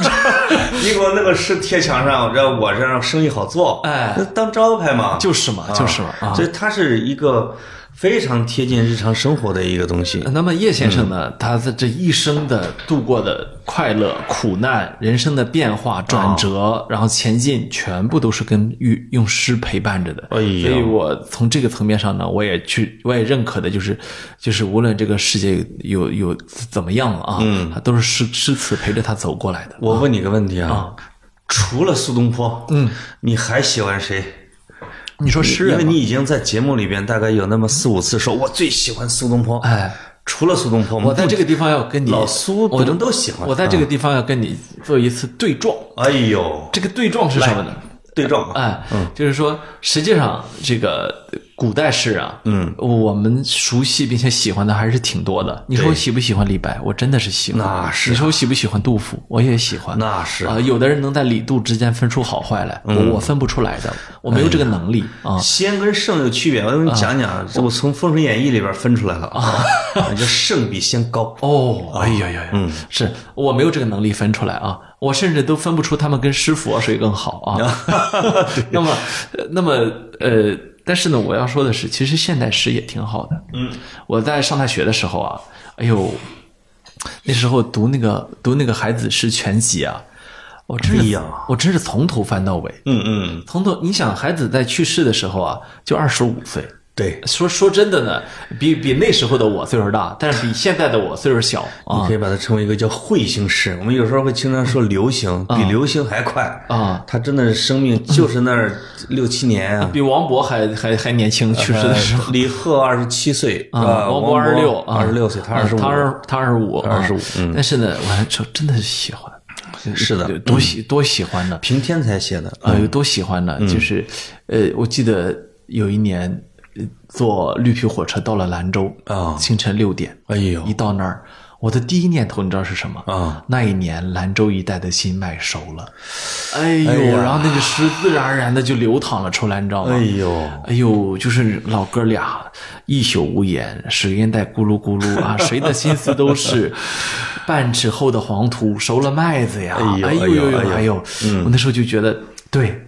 [SPEAKER 2] 你给我弄个诗贴墙上，让我这样生意好做，
[SPEAKER 1] 哎
[SPEAKER 2] 那当招牌嘛，
[SPEAKER 1] 就是嘛，就是嘛啊
[SPEAKER 2] 所。以它是一个非常贴近日常生活的一个东西。
[SPEAKER 1] 那么叶先生呢，他的这一生的度过的快乐、苦难、人生的变化、转折，然后前进，全部都是跟用用诗陪伴着的。
[SPEAKER 2] 哎呀
[SPEAKER 1] 所以我从这个层面上呢，我也去，我也认可的就是，就是无论这个世界有有有怎么样了啊，都是诗诗词陪着他走过来的。
[SPEAKER 2] 我问你个问题啊，除了苏东坡，嗯，你还喜欢谁？
[SPEAKER 1] 你说诗
[SPEAKER 2] 因为
[SPEAKER 1] 人吗？
[SPEAKER 2] 你已经在节目里边大概有那么四五次说，我最喜欢苏东坡。
[SPEAKER 1] 哎，
[SPEAKER 2] 除了苏东坡，
[SPEAKER 1] 我在
[SPEAKER 2] 不
[SPEAKER 1] 这个地方要跟你
[SPEAKER 2] 老苏
[SPEAKER 1] 我
[SPEAKER 2] 我们都喜欢。
[SPEAKER 1] 我在这个地方要跟你做一次对撞。
[SPEAKER 2] 哎呦，
[SPEAKER 1] 这个对撞是什么呢？
[SPEAKER 2] 对撞啊，
[SPEAKER 1] 哎，就是说，实际上这个古代诗啊，
[SPEAKER 2] 嗯，
[SPEAKER 1] 我们熟悉并且喜欢的还是挺多的。你说我喜不喜欢李白？我真的是喜欢。
[SPEAKER 2] 那是啊
[SPEAKER 1] 你说我喜不喜欢杜甫？我也喜欢。
[SPEAKER 2] 那是嗯
[SPEAKER 1] 啊、有的人能在李杜之间分出好坏来，我我分不出来的，我没有这个能
[SPEAKER 2] 哎
[SPEAKER 1] 力啊。
[SPEAKER 2] 仙跟圣有区别，我给你讲讲，这我从《封神演义》里边分出来了 啊，这圣比仙高。
[SPEAKER 1] 哦，哎呀呀呀，嗯，是我没有这个能力分出来啊，我甚至都分不出他们跟师傅谁更好啊。 那么，呃那么，呃，但是呢，我要说的是，其实现代诗也挺好的。嗯，我在上大学的时候啊，哎呦，那时候读那个读那个《海子诗全集》啊，我真
[SPEAKER 2] 哎
[SPEAKER 1] 是、
[SPEAKER 2] 呀
[SPEAKER 1] 我真是从头翻到尾，
[SPEAKER 2] 嗯嗯，
[SPEAKER 1] 从头。你想，海子在去世的时候啊，就二十五岁。
[SPEAKER 2] 对，
[SPEAKER 1] 说说真的呢，比比那时候的我岁数大，但是比现在的我岁数小啊。
[SPEAKER 2] 你可以把它称为一个叫彗星诗。我们有时候会经常说流行比流星还快
[SPEAKER 1] 啊，
[SPEAKER 2] 它真的是生命就是那儿六七年啊。
[SPEAKER 1] 比王勃还还还年轻，去世的时候。
[SPEAKER 2] 呃李贺二十七岁
[SPEAKER 1] 啊，
[SPEAKER 2] 呃王
[SPEAKER 1] 勃二六，
[SPEAKER 2] 二十六岁，他
[SPEAKER 1] 啊
[SPEAKER 2] 二十五
[SPEAKER 1] 他，二他二十五，啊
[SPEAKER 2] 25
[SPEAKER 1] 但是呢，我还说真的是喜欢，
[SPEAKER 2] 嗯是的，嗯
[SPEAKER 1] 多喜多喜欢呢，
[SPEAKER 2] 平天才写的。
[SPEAKER 1] 啊，有多喜欢
[SPEAKER 2] 嗯
[SPEAKER 1] 呢？就是，呃，我记得有一年呃坐绿皮火车到了兰州
[SPEAKER 2] 啊
[SPEAKER 1] 清晨六点，
[SPEAKER 2] 哎呦
[SPEAKER 1] 一到那儿，我的第一念头你知道是什么？
[SPEAKER 2] 啊，
[SPEAKER 1] 那一年兰州一带的新麦熟了，哎呦，
[SPEAKER 2] 哎呀
[SPEAKER 1] 然后那个诗自然而然的就流淌了出来，你知道吗？
[SPEAKER 2] 哎呦，
[SPEAKER 1] 哎呦，就是老哥俩一宿无言，水烟袋咕噜咕噜 啊，谁的心思都 是半尺厚的黄土熟了麦子呀！
[SPEAKER 2] 哎呦
[SPEAKER 1] 哎呦
[SPEAKER 2] 哎呦
[SPEAKER 1] 呦
[SPEAKER 2] 哎
[SPEAKER 1] 哎呦！我那时候就觉得，对，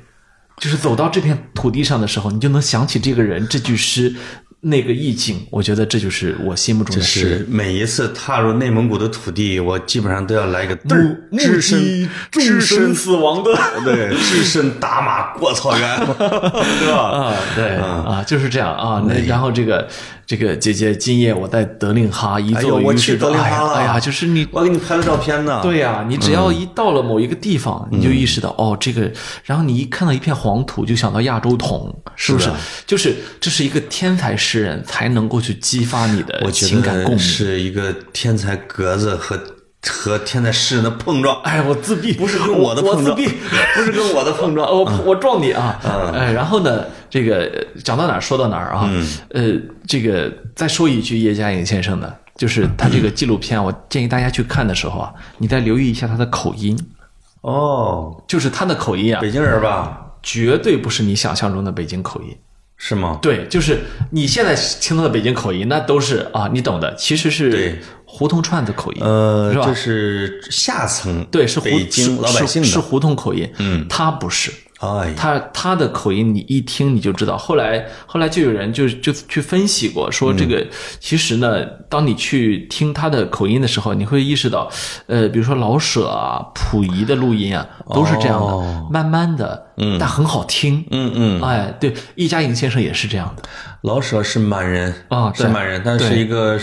[SPEAKER 1] 就是走到这片土地上的时候，你就能想起这个人、这句诗、那个意境。我觉得这就是我心目中的诗。
[SPEAKER 2] 是每一次踏入内蒙古的土地，我基本上都要来一个嘚儿
[SPEAKER 1] 目
[SPEAKER 2] 只
[SPEAKER 1] 击
[SPEAKER 2] 身
[SPEAKER 1] 众
[SPEAKER 2] 只
[SPEAKER 1] 生
[SPEAKER 2] 身
[SPEAKER 1] 死亡的
[SPEAKER 2] 对，只身打马过草原，对吧？
[SPEAKER 1] 啊，对啊，就是这样啊。
[SPEAKER 2] 哎
[SPEAKER 1] 那然后这个这个姐姐，今夜我在德令哈一
[SPEAKER 2] 哎呦，
[SPEAKER 1] 座
[SPEAKER 2] 我
[SPEAKER 1] 云
[SPEAKER 2] 去
[SPEAKER 1] 水
[SPEAKER 2] 德
[SPEAKER 1] 中，
[SPEAKER 2] 令
[SPEAKER 1] 哎呀
[SPEAKER 2] 哈了，嗯
[SPEAKER 1] 哎呀，就是你
[SPEAKER 2] 我给你拍了照片呢。
[SPEAKER 1] 对呀、你只要一到了某一个地方，你就
[SPEAKER 2] 嗯
[SPEAKER 1] 意识到哦，这个，然后你一看到一片黄土，就想到亚洲桶，是不是？就是这是一个天才诗人才能够去激发你的
[SPEAKER 2] 我觉
[SPEAKER 1] 情感共
[SPEAKER 2] 得
[SPEAKER 1] 鸣。
[SPEAKER 2] 是一个天才格子和和天才诗人的碰撞，
[SPEAKER 1] 哎，我自闭，
[SPEAKER 2] 不是跟
[SPEAKER 1] 我
[SPEAKER 2] 的
[SPEAKER 1] 我
[SPEAKER 2] 碰
[SPEAKER 1] 自
[SPEAKER 2] 撞，
[SPEAKER 1] 闭。
[SPEAKER 2] 不是跟我的碰 撞。
[SPEAKER 1] 我我撞你啊！
[SPEAKER 2] 嗯
[SPEAKER 1] 哎，然后呢，这个呃讲到哪儿说到哪儿啊。呃，这个再说一句叶嘉莹先生的，就是他这个纪录片，我建议大家去看的时候啊，你再留意一下他的口音，
[SPEAKER 2] 哦，
[SPEAKER 1] 就是他的口音啊，
[SPEAKER 2] 北京人吧？
[SPEAKER 1] 绝对不是你想象中的北京口音。
[SPEAKER 2] 是吗？
[SPEAKER 1] 对，就是你现在听到的北京口音，那都是啊，你懂的，其实是
[SPEAKER 2] 对
[SPEAKER 1] 胡同串子口音，
[SPEAKER 2] 呃，
[SPEAKER 1] 是吧？
[SPEAKER 2] 这是下层，
[SPEAKER 1] 对，是胡
[SPEAKER 2] 北京
[SPEAKER 1] 是
[SPEAKER 2] 老百姓
[SPEAKER 1] 是是
[SPEAKER 2] 的。
[SPEAKER 1] 胡同口音，嗯，他不是。
[SPEAKER 2] 哎呀，
[SPEAKER 1] 他他的口音，你一听你就知道。后来后来就有人就就去分析过，说这
[SPEAKER 2] 嗯
[SPEAKER 1] 个、其实呢，当你去听他的口音的时候，你会意识到，呃，比如说老舍啊、溥仪的录音啊，都是这样的，
[SPEAKER 2] 哦
[SPEAKER 1] 慢慢的，嗯，但很好听，
[SPEAKER 2] 嗯嗯，
[SPEAKER 1] 哎，对，易家莹先生也是这样的，
[SPEAKER 2] 老舍是满人
[SPEAKER 1] 啊对
[SPEAKER 2] 是满人，但是
[SPEAKER 1] 对
[SPEAKER 2] 一个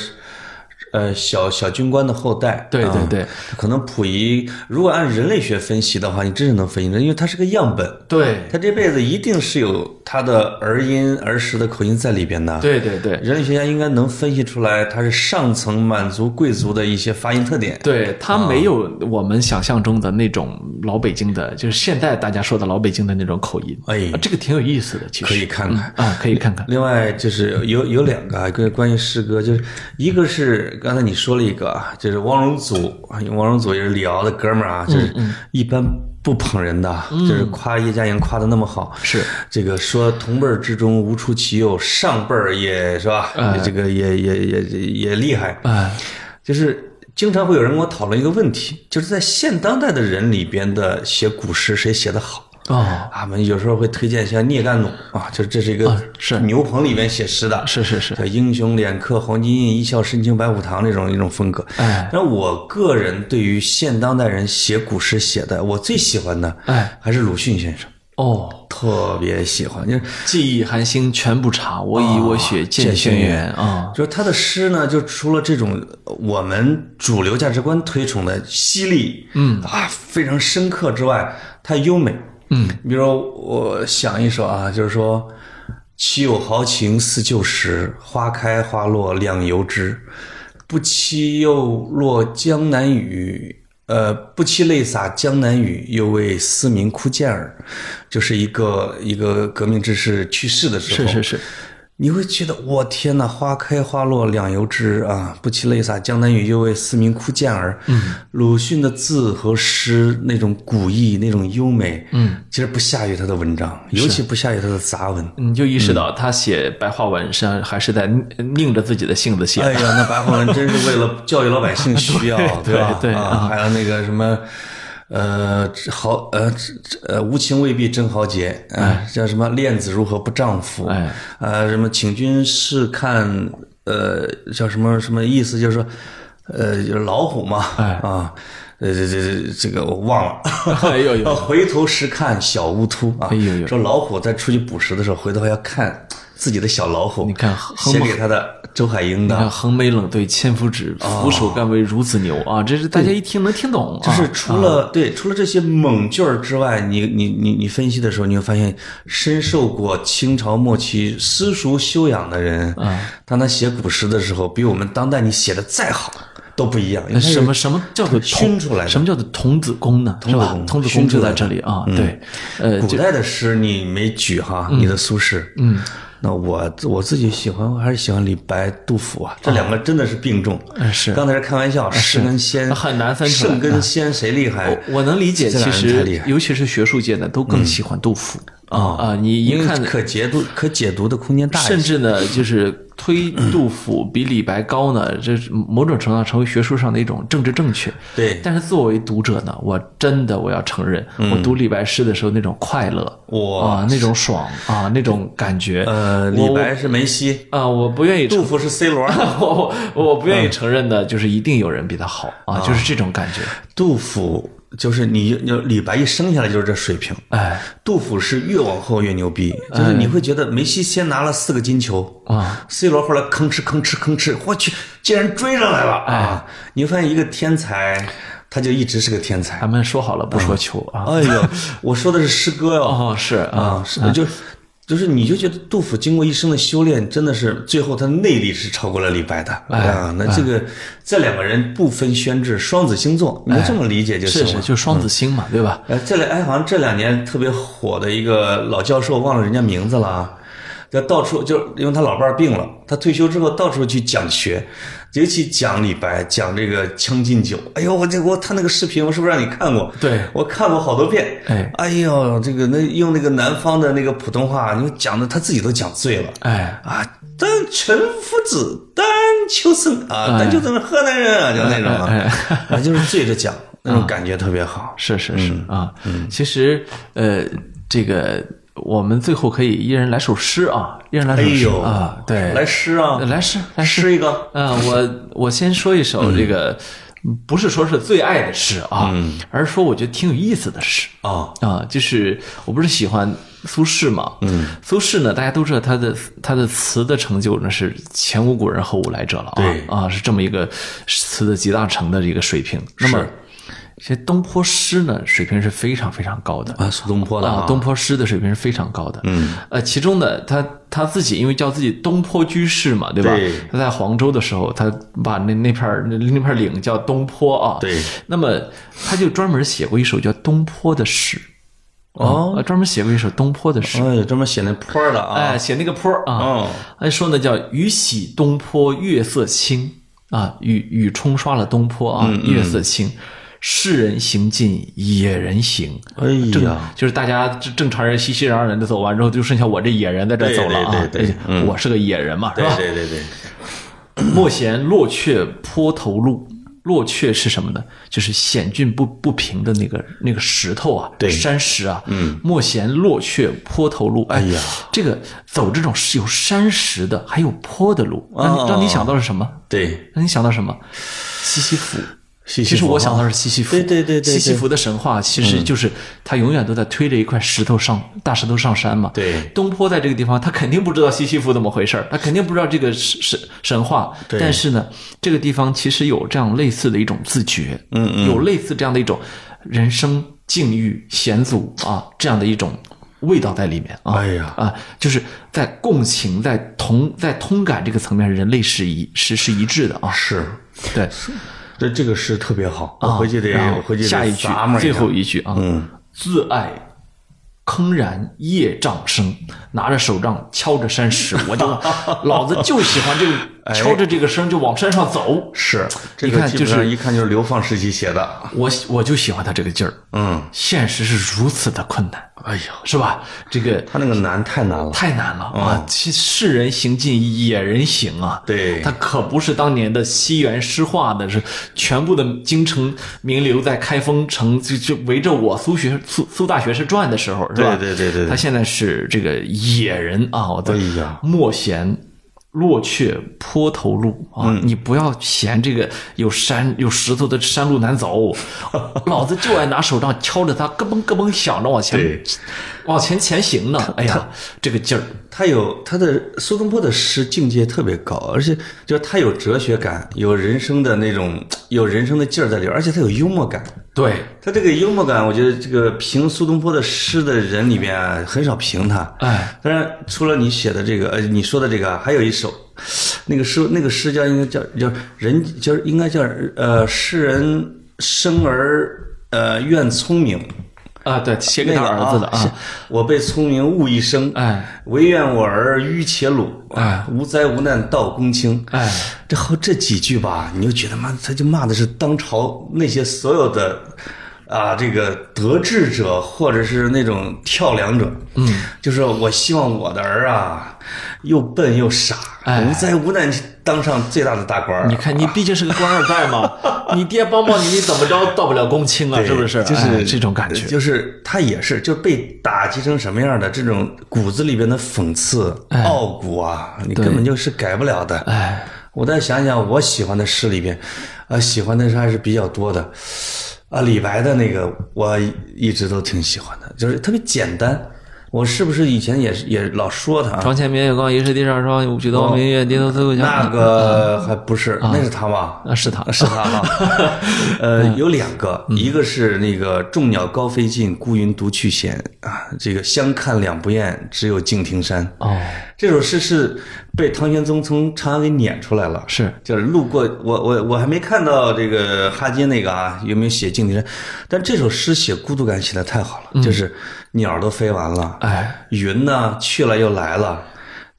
[SPEAKER 2] 呃小小军官的后代。
[SPEAKER 1] 对对
[SPEAKER 2] 啊
[SPEAKER 1] 对，
[SPEAKER 2] 可能溥仪如果按人类学分析的话，你真是能分析出来，因为他是个样本，
[SPEAKER 1] 对，
[SPEAKER 2] 他这辈子一定是有他的儿音儿时的口音在里边的。，
[SPEAKER 1] 对对对，
[SPEAKER 2] 人类学家应该能分析出来，他是上层满族贵族的一些发音特点。
[SPEAKER 1] 对他没有
[SPEAKER 2] 哦
[SPEAKER 1] 我们想象中的那种老北京的，就是现在大家说的老北京的那种口音。
[SPEAKER 2] 哎
[SPEAKER 1] 啊这个挺有意思的，其实
[SPEAKER 2] 可以看看。
[SPEAKER 1] 啊，可以看看。
[SPEAKER 2] 另外就是有有两个啊，跟关于诗歌，就是一个是刚才你说了一个啊，就是汪荣祖，汪荣祖也是李敖的哥们儿啊，就是
[SPEAKER 1] 嗯
[SPEAKER 2] 一般不捧人的，啊就是夸叶嘉莹夸的那么好，
[SPEAKER 1] 是
[SPEAKER 2] 这个说同辈儿之中无出其右，上辈儿也是吧，这个也也也也也厉害，
[SPEAKER 1] 哎，
[SPEAKER 2] 就是。经常会有人跟我讨论一个问题，就是在现当代的人里边的写古诗谁写的好？
[SPEAKER 1] 哦，
[SPEAKER 2] 他们有时候会推荐像聂干弩啊，就是这是一个
[SPEAKER 1] 是
[SPEAKER 2] 牛棚里面写诗的，
[SPEAKER 1] 是是是，
[SPEAKER 2] 叫英雄脸刻黄金印，一笑深情白虎堂这种一种风格。
[SPEAKER 1] 哎，
[SPEAKER 2] 那我个人对于现当代人写古诗写的，我最喜欢的，
[SPEAKER 1] 哎，
[SPEAKER 2] 还是鲁迅先生，
[SPEAKER 1] 哦，
[SPEAKER 2] 特别喜欢，就是
[SPEAKER 1] 记忆寒星全不察，我以我血
[SPEAKER 2] 哦见
[SPEAKER 1] 荐轩
[SPEAKER 2] 轩
[SPEAKER 1] 辕
[SPEAKER 2] 辕
[SPEAKER 1] 啊。
[SPEAKER 2] 就是他的诗呢，就除了这种我们主流价值观推崇的犀利，嗯啊，非常深刻之外，它优美，嗯，比如我想一首啊，就是说。岂有豪情似旧时，花开花落两犹知。不期又落江南雨，呃，不期泪洒江南雨，又为思民哭健儿，就是一个一个革命志士去世的时
[SPEAKER 1] 是
[SPEAKER 2] 候，
[SPEAKER 1] 是是，
[SPEAKER 2] 你会觉得我天呐，花开花落两由之啊！不期泪洒江南雨，又为思民哭健儿。嗯，鲁迅的字和诗那种古意，那种优美，嗯，其实不下于他的文章，尤其不下于他的杂文。
[SPEAKER 1] 你就意识到他写白话文实际上还是在拧拧着自己的性子写
[SPEAKER 2] 哎
[SPEAKER 1] 的。
[SPEAKER 2] 呀，那白话文真是 为了教育老百姓需要，
[SPEAKER 1] 对
[SPEAKER 2] 吧？
[SPEAKER 1] 对
[SPEAKER 2] 啊，还有那个什么。呃，豪呃这这呃，无情未必真豪杰啊、叫什么恋子如何不丈夫？
[SPEAKER 1] 哎，
[SPEAKER 2] 呃，什么请君试看，呃，叫什么什么意思？就是说，呃，就是老虎嘛，
[SPEAKER 1] 哎
[SPEAKER 2] 啊，呃，这这这这个我忘了，
[SPEAKER 1] 哎呦呦，
[SPEAKER 2] 回头时看小乌秃啊，
[SPEAKER 1] 哎呦呦
[SPEAKER 2] 说老虎在出去捕食的时候，回头还要看自己的小老虎。
[SPEAKER 1] 你看
[SPEAKER 2] 写给他的周海鹰
[SPEAKER 1] 你看
[SPEAKER 2] 的，
[SPEAKER 1] 横眉冷对千夫指，
[SPEAKER 2] 哦
[SPEAKER 1] 俯首甘为孺子牛啊！这是大家一听能听懂啊，
[SPEAKER 2] 就是除了对除了这些猛句儿之外，你你你你分析的时候，你会发现，深受过清朝末期私塾修养的人，
[SPEAKER 1] 啊
[SPEAKER 2] 当他写古诗的时候，比我们当代你写的再好都不一样。因
[SPEAKER 1] 那
[SPEAKER 2] 为他是
[SPEAKER 1] 呃什么什么叫做童
[SPEAKER 2] 熏出来的
[SPEAKER 1] 什么叫做童子功呢？是
[SPEAKER 2] 子
[SPEAKER 1] 吧
[SPEAKER 2] 功？
[SPEAKER 1] 童子
[SPEAKER 2] 熏
[SPEAKER 1] 功
[SPEAKER 2] 出
[SPEAKER 1] 就
[SPEAKER 2] 来
[SPEAKER 1] 在
[SPEAKER 2] 的嗯
[SPEAKER 1] 这里啊。对，呃，
[SPEAKER 2] 古代的诗你没举哈，你的苏轼，嗯，那我我自己喜欢，我还是喜欢李白、杜甫啊，这两个真的是并重。
[SPEAKER 1] 嗯是
[SPEAKER 2] 刚才是开玩笑，诗跟仙
[SPEAKER 1] 很难分出来啊
[SPEAKER 2] 圣跟仙谁厉害？
[SPEAKER 1] 我能理解，
[SPEAKER 2] 这
[SPEAKER 1] 其
[SPEAKER 2] 俩人太厉
[SPEAKER 1] 实
[SPEAKER 2] 害嗯哦
[SPEAKER 1] 尤其是学术界的都更喜欢杜甫啊啊！你
[SPEAKER 2] 因
[SPEAKER 1] 一看
[SPEAKER 2] 为可解读可解读的空间大一
[SPEAKER 1] 甚
[SPEAKER 2] 些。
[SPEAKER 1] 至呢，就是推杜甫比李白高呢，
[SPEAKER 2] 嗯
[SPEAKER 1] 这是某种程度上成为学术上的一种政治正确。
[SPEAKER 2] 对嗯
[SPEAKER 1] 但是作为读者呢，我真的我要承认，我读李白诗的时候那种快乐，
[SPEAKER 2] 哇
[SPEAKER 1] 啊，那种爽啊，那种感觉，
[SPEAKER 2] 呃，
[SPEAKER 1] 我
[SPEAKER 2] 李白是梅西，
[SPEAKER 1] 啊，我不愿意承
[SPEAKER 2] 杜甫是嗯 C 罗。
[SPEAKER 1] 我我我不愿意承认的，就是一定有人比他好啊，就是这种感觉。
[SPEAKER 2] 杜甫就是你，你李白一生下来就是这水平。
[SPEAKER 1] 哎，
[SPEAKER 2] 杜甫是越往后越牛逼，就是你会觉得梅西先拿了四个金球
[SPEAKER 1] 啊
[SPEAKER 2] ，C 罗后来吭哧吭哧吭哧，我去，竟然追上来了
[SPEAKER 1] 哎
[SPEAKER 2] 啊！你会发现一个天才，他就一直是个天 才。
[SPEAKER 1] 咱们说好了不说球啊。
[SPEAKER 2] 哎呦，我说的是诗歌哟、
[SPEAKER 1] 哦，是啊，
[SPEAKER 2] 啊，是就就是你就觉得杜甫经过一生的修炼，真的是最后他内力是超过了李白的、
[SPEAKER 1] 哎
[SPEAKER 2] 啊。那这个、这两个人不分轩制，双子星座，你就这么理解就是行
[SPEAKER 1] 哎是，
[SPEAKER 2] 了。
[SPEAKER 1] 就双子星嘛，对吧？
[SPEAKER 2] 呃，这两哎，好像这两年特别火的一个老教授，忘了人家名字了啊。就到处就是因为他老伴儿病了，他退休之后到处去讲学，尤其讲李白，讲这个《将进酒》。哎呦，我这我他那个视频，我是不是让你看过？
[SPEAKER 1] 对
[SPEAKER 2] 我看过好多遍。
[SPEAKER 1] 哎
[SPEAKER 2] 哎呦，这个那用那个南方的那个普通话，你讲的他自己都讲醉了。
[SPEAKER 1] 哎，
[SPEAKER 2] 啊，当臣夫子，丹丘生啊，丹丘生是河南人啊，就那种
[SPEAKER 1] 哎 啊
[SPEAKER 2] 啊，啊就是醉着讲，那种感觉特别好。
[SPEAKER 1] 是是是
[SPEAKER 2] 嗯
[SPEAKER 1] 啊，其实呃，这个我们最后可以一人来首诗啊，一人来首
[SPEAKER 2] 哎
[SPEAKER 1] 诗
[SPEAKER 2] 呦
[SPEAKER 1] 啊，对，
[SPEAKER 2] 来诗啊，
[SPEAKER 1] 来诗来诗
[SPEAKER 2] 诗一嗯个。
[SPEAKER 1] 啊，我我先说一首这个，不是说是最爱的诗啊，
[SPEAKER 2] 嗯
[SPEAKER 1] 而是说我觉得挺有意思的诗
[SPEAKER 2] 啊
[SPEAKER 1] 啊，就是我不是喜欢苏轼嘛，嗯，苏轼呢，大家都知道他的他的词的成就呢是前无古人后无来者了啊，
[SPEAKER 2] 对
[SPEAKER 1] 啊，是这么一个词的集大成的这个水平。那么，其实东坡诗呢水平是非常非常高的
[SPEAKER 2] 啊，苏东坡的
[SPEAKER 1] 啊，东坡诗的水平是非常高的。嗯，呃，其中呢，他他自己因为叫自己东坡居士嘛，对吧？
[SPEAKER 2] 对
[SPEAKER 1] 他在黄州的时候，他把那那片儿那那片儿岭叫东坡啊。
[SPEAKER 2] 对。
[SPEAKER 1] 那么他就专门写过一首叫《东坡》的诗。
[SPEAKER 2] 哦
[SPEAKER 1] 啊专门写过一首东坡的诗。
[SPEAKER 2] 哎，专门写那坡儿的啊，
[SPEAKER 1] 哎，写那个坡儿啊
[SPEAKER 2] 嗯，
[SPEAKER 1] 哎、说呢叫雨洗东坡月色清啊，雨雨冲刷了东坡
[SPEAKER 2] 嗯
[SPEAKER 1] 啊，月色清。世人行尽野人行，
[SPEAKER 2] 哎呀
[SPEAKER 1] 正就是大家正正常人熙熙攘攘的走完之后，就剩下我这野人在这走了啊！
[SPEAKER 2] 对对嗯对对
[SPEAKER 1] 哎我是个野人嘛，是
[SPEAKER 2] 对
[SPEAKER 1] 吧？
[SPEAKER 2] 对对对，
[SPEAKER 1] 莫嫌落雀坡头路。落雀是什么呢？就是险峻不不平的那个那个石头啊，
[SPEAKER 2] 对
[SPEAKER 1] 山石啊。嗯，莫嫌落雀坡头路。哎
[SPEAKER 2] 呀，
[SPEAKER 1] 这个走这种是有山石的，还有坡的路，
[SPEAKER 2] 啊
[SPEAKER 1] 让你让你想到是什么？
[SPEAKER 2] 对，
[SPEAKER 1] 让你想到什么？西西弗。
[SPEAKER 2] 西西弗啊
[SPEAKER 1] 其实我想到是西西弗，
[SPEAKER 2] 对对对对嗯对
[SPEAKER 1] 西西弗的神话其实就是他永远都在推着一块石头上大石头上山嘛。
[SPEAKER 2] 对
[SPEAKER 1] 东坡在这个地方，他肯定不知道西西弗怎么回事儿，他肯定不知道这个神神神话。
[SPEAKER 2] 对
[SPEAKER 1] 但是呢，这个地方其实有这样类似的一种自觉，嗯嗯，有类似这样的一种人生境遇、险阻啊这样的一种味道在里面啊。
[SPEAKER 2] 哎呀
[SPEAKER 1] 啊，就是在共情、在同在通感这个层面，人类是一是是一致的啊。
[SPEAKER 2] 是。
[SPEAKER 1] 对，
[SPEAKER 2] 这这个诗特别好，我回去得
[SPEAKER 1] 然后
[SPEAKER 2] 我回去得
[SPEAKER 1] 啊哎下一句
[SPEAKER 2] 咂摸
[SPEAKER 1] 最
[SPEAKER 2] 下
[SPEAKER 1] 后一句啊，嗯，自爱。铿然夜障声，拿着手杖敲着山石，我 就老子就喜欢这个敲着这个声就往山上走。
[SPEAKER 2] 是这
[SPEAKER 1] 你
[SPEAKER 2] 个
[SPEAKER 1] 看
[SPEAKER 2] 基本
[SPEAKER 1] 就
[SPEAKER 2] 上
[SPEAKER 1] 是
[SPEAKER 2] 一看就是流放时期写的，
[SPEAKER 1] 我我就喜欢他这个劲儿。
[SPEAKER 2] 嗯，
[SPEAKER 1] 现实是如此的困难，
[SPEAKER 2] 哎呀，
[SPEAKER 1] 是吧？这个
[SPEAKER 2] 他那个难太难了，
[SPEAKER 1] 太难了
[SPEAKER 2] 哦
[SPEAKER 1] 啊！其世人行尽野人行啊，
[SPEAKER 2] 对
[SPEAKER 1] 他可不是当年的西园诗画的，是全部的京城名流在开封城就就围着我苏学苏苏大学士转的时候，是吧？
[SPEAKER 2] 对对对对对
[SPEAKER 1] 他现在是这个野人啊，我的
[SPEAKER 2] 哎呀
[SPEAKER 1] 莫嫌。落雀坡头路啊，
[SPEAKER 2] 嗯
[SPEAKER 1] 你不要嫌这个有山有石头的山路难 走，老子就爱拿手杖敲着它，咯嘣咯嘣响着往前
[SPEAKER 2] 对，
[SPEAKER 1] 往前前行呢。哎呀，这个劲儿，
[SPEAKER 2] 他有他的苏东坡的诗境界特别高，而且就是他有哲学感，有人生的那种有人生的劲儿在里边，而且他有幽默感。
[SPEAKER 1] 对，
[SPEAKER 2] 他这个幽默感，我觉得这个评苏东坡的诗的人里边啊很少评他。
[SPEAKER 1] 哎，
[SPEAKER 2] 当然，除了你写的这个，呃，你说的这个啊，还有一首，那个诗，那个诗叫应该叫叫人，叫应该叫呃，诗人生而呃愿聪明，
[SPEAKER 1] 啊，对，写给他
[SPEAKER 2] 那个
[SPEAKER 1] 儿子的
[SPEAKER 2] 是
[SPEAKER 1] 啊，
[SPEAKER 2] 我被聪明误一生，
[SPEAKER 1] 哎，
[SPEAKER 2] 唯愿我儿愚且鲁，
[SPEAKER 1] 哎，
[SPEAKER 2] 无灾无难到公卿，
[SPEAKER 1] 哎，
[SPEAKER 2] 这后这几句吧，你就觉得妈，他就骂的是当朝那些所有的。啊，这个得志者或者是那种跳梁者，嗯，就是我希望我的儿啊，又笨又傻，
[SPEAKER 1] 哎
[SPEAKER 2] 无灾无难当上最大的大官儿。
[SPEAKER 1] 你看，你毕竟是个官二代嘛， 你爹帮帮你，你怎么着到不了公卿啊？
[SPEAKER 2] 对
[SPEAKER 1] 是不是？
[SPEAKER 2] 就是、
[SPEAKER 1] 哎这种感觉。
[SPEAKER 2] 就是他也是就被打击成什么样的这种骨子里边的讽刺、傲骨啊，你根本就是改不了的。
[SPEAKER 1] 哎，
[SPEAKER 2] 我再想想我喜欢的诗里边，啊，喜欢的诗还是比较多的。啊，李白的那个我一直都挺喜欢的，就是特别简单。我是不是以前也是也老说他啊？
[SPEAKER 1] 床前明月光，疑是地上霜。举头望明月，低头思故乡。
[SPEAKER 2] 那
[SPEAKER 1] 嗯
[SPEAKER 2] 个还不是，那是他吧？
[SPEAKER 1] 啊，是他，
[SPEAKER 2] 哦 是他吧？呃，有两个，一个是那个“众鸟高飞尽，孤云独去闲”啊，这个“相看两不厌，只有敬亭山”。
[SPEAKER 1] 哦，
[SPEAKER 2] 这首诗是被唐玄宗从长安给撵出来了，
[SPEAKER 1] 是
[SPEAKER 2] 就是路过我我我还没看到这个哈金那个啊有没有写敬亭山，但这首诗写孤独感写的太好了，就是鸟儿都飞完了，
[SPEAKER 1] 哎，
[SPEAKER 2] 云呢去了又来了。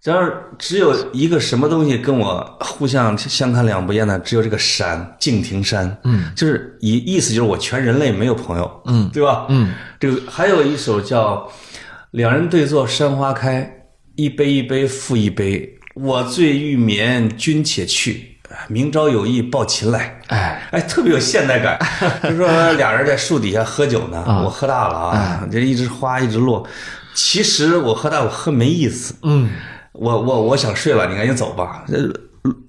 [SPEAKER 2] 然而，只有一个什么东西跟我互相相看两不厌呢？只有这个山，敬亭山。嗯，就是以意思就是我全人类没有朋友，嗯，对吧？嗯，这个还有一首叫“两人对坐山花开，一杯一杯复一杯，我醉欲眠君且去，明朝有意抱琴来。”
[SPEAKER 1] 哎，
[SPEAKER 2] 哎，特别有现代 感。就说俩人在树底下喝酒呢，我喝大了啊，这一直花一直落。其实我喝大，我喝没意思。
[SPEAKER 1] 嗯，
[SPEAKER 2] 我我我想睡了，你赶紧走吧。这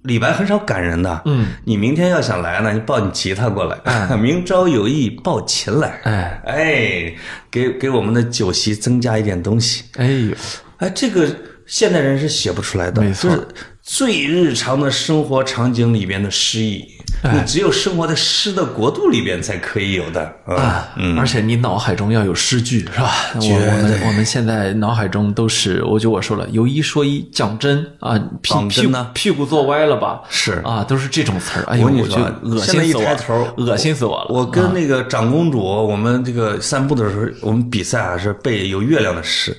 [SPEAKER 2] 李白很少赶人的。嗯，啊你明天要想来呢，你抱你吉他过来。 明朝有意抱琴来。
[SPEAKER 1] 哎
[SPEAKER 2] 哎，给给我们的酒席增加一点东西。
[SPEAKER 1] 哎呦，
[SPEAKER 2] 哎，这个现代人是写不出来的，
[SPEAKER 1] 没错
[SPEAKER 2] 就是最日常的生活场景里边的诗意，你只有生活在诗的国度里边才可以有的啊。
[SPEAKER 1] 而且你脑海中要有诗句，是吧？我
[SPEAKER 2] 绝对
[SPEAKER 1] 我们我们现在脑海中都是，我就我说了，有一说一，讲真啊，屁
[SPEAKER 2] 讲
[SPEAKER 1] 屁
[SPEAKER 2] 真
[SPEAKER 1] 股
[SPEAKER 2] 呢
[SPEAKER 1] 屁股坐歪了吧？
[SPEAKER 2] 是
[SPEAKER 1] 啊，都是这种词儿。哎呦，
[SPEAKER 2] 我跟你
[SPEAKER 1] 我就
[SPEAKER 2] 说，
[SPEAKER 1] 恶
[SPEAKER 2] 现在
[SPEAKER 1] 心
[SPEAKER 2] 一
[SPEAKER 1] 死我
[SPEAKER 2] 抬头
[SPEAKER 1] 了，，恶心死我了。啊
[SPEAKER 2] 我跟那个长公主，我们这个散步的时候，我们比赛啊是背有月亮的诗，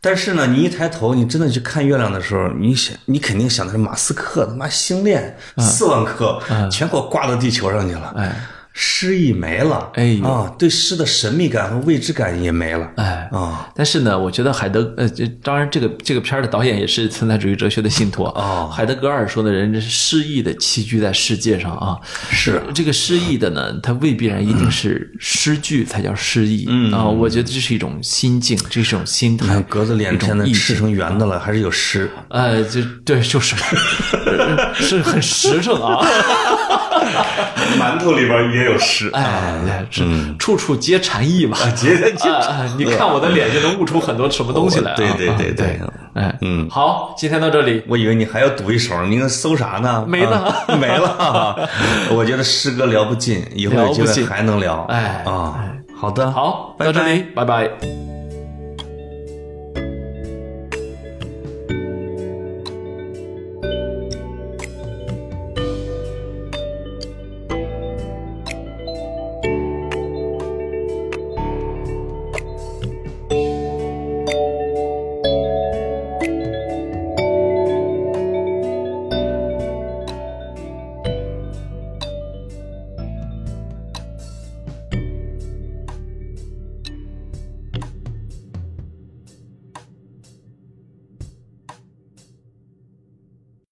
[SPEAKER 2] 但是呢，你一抬头，你真的去看月亮的时候，你想，你肯定想的是马斯克他妈星链四万颗，全给我挂到地球上去了，
[SPEAKER 1] 嗯哎，
[SPEAKER 2] 诗意没了，
[SPEAKER 1] 哎呦
[SPEAKER 2] 啊，对诗的神秘感和未知感也没了，
[SPEAKER 1] 哎
[SPEAKER 2] 啊，
[SPEAKER 1] 但是呢，我觉得海德呃，这当然这个这个片儿的导演也是存在主义哲学的信徒啊。
[SPEAKER 2] 哦
[SPEAKER 1] 海德格尔说的人是诗意的栖居在世界上啊，
[SPEAKER 2] 是
[SPEAKER 1] 这个诗意的呢，它未必然一定是诗句才叫诗意、
[SPEAKER 2] 嗯
[SPEAKER 1] 啊。我觉得这是一种心境，这是一种心
[SPEAKER 2] 你
[SPEAKER 1] 态
[SPEAKER 2] 看。格子脸现
[SPEAKER 1] 一
[SPEAKER 2] 在
[SPEAKER 1] 种意
[SPEAKER 2] 吃成圆的了，还是有诗，
[SPEAKER 1] 呃，就对，就是 是很实诚啊，
[SPEAKER 2] 馒头里边也有诗，
[SPEAKER 1] 哎，是
[SPEAKER 2] 嗯
[SPEAKER 1] 处处皆禅意吧？
[SPEAKER 2] 节节节
[SPEAKER 1] 啊，你看我的脸就能悟出很多什么东西来啊。
[SPEAKER 2] 对对对对嗯
[SPEAKER 1] 啊哎，嗯，好，今天到这里。
[SPEAKER 2] 我以为你还要赌一手呢，你搜啥呢？
[SPEAKER 1] 没了
[SPEAKER 2] 啊没了。我觉得诗歌聊不尽，以后有机
[SPEAKER 1] 聊不
[SPEAKER 2] 会
[SPEAKER 1] 尽
[SPEAKER 2] 还能聊。
[SPEAKER 1] 哎
[SPEAKER 2] 啊，好的，
[SPEAKER 1] 好，
[SPEAKER 2] 拜
[SPEAKER 1] 到这
[SPEAKER 2] 拜
[SPEAKER 1] 里，拜拜。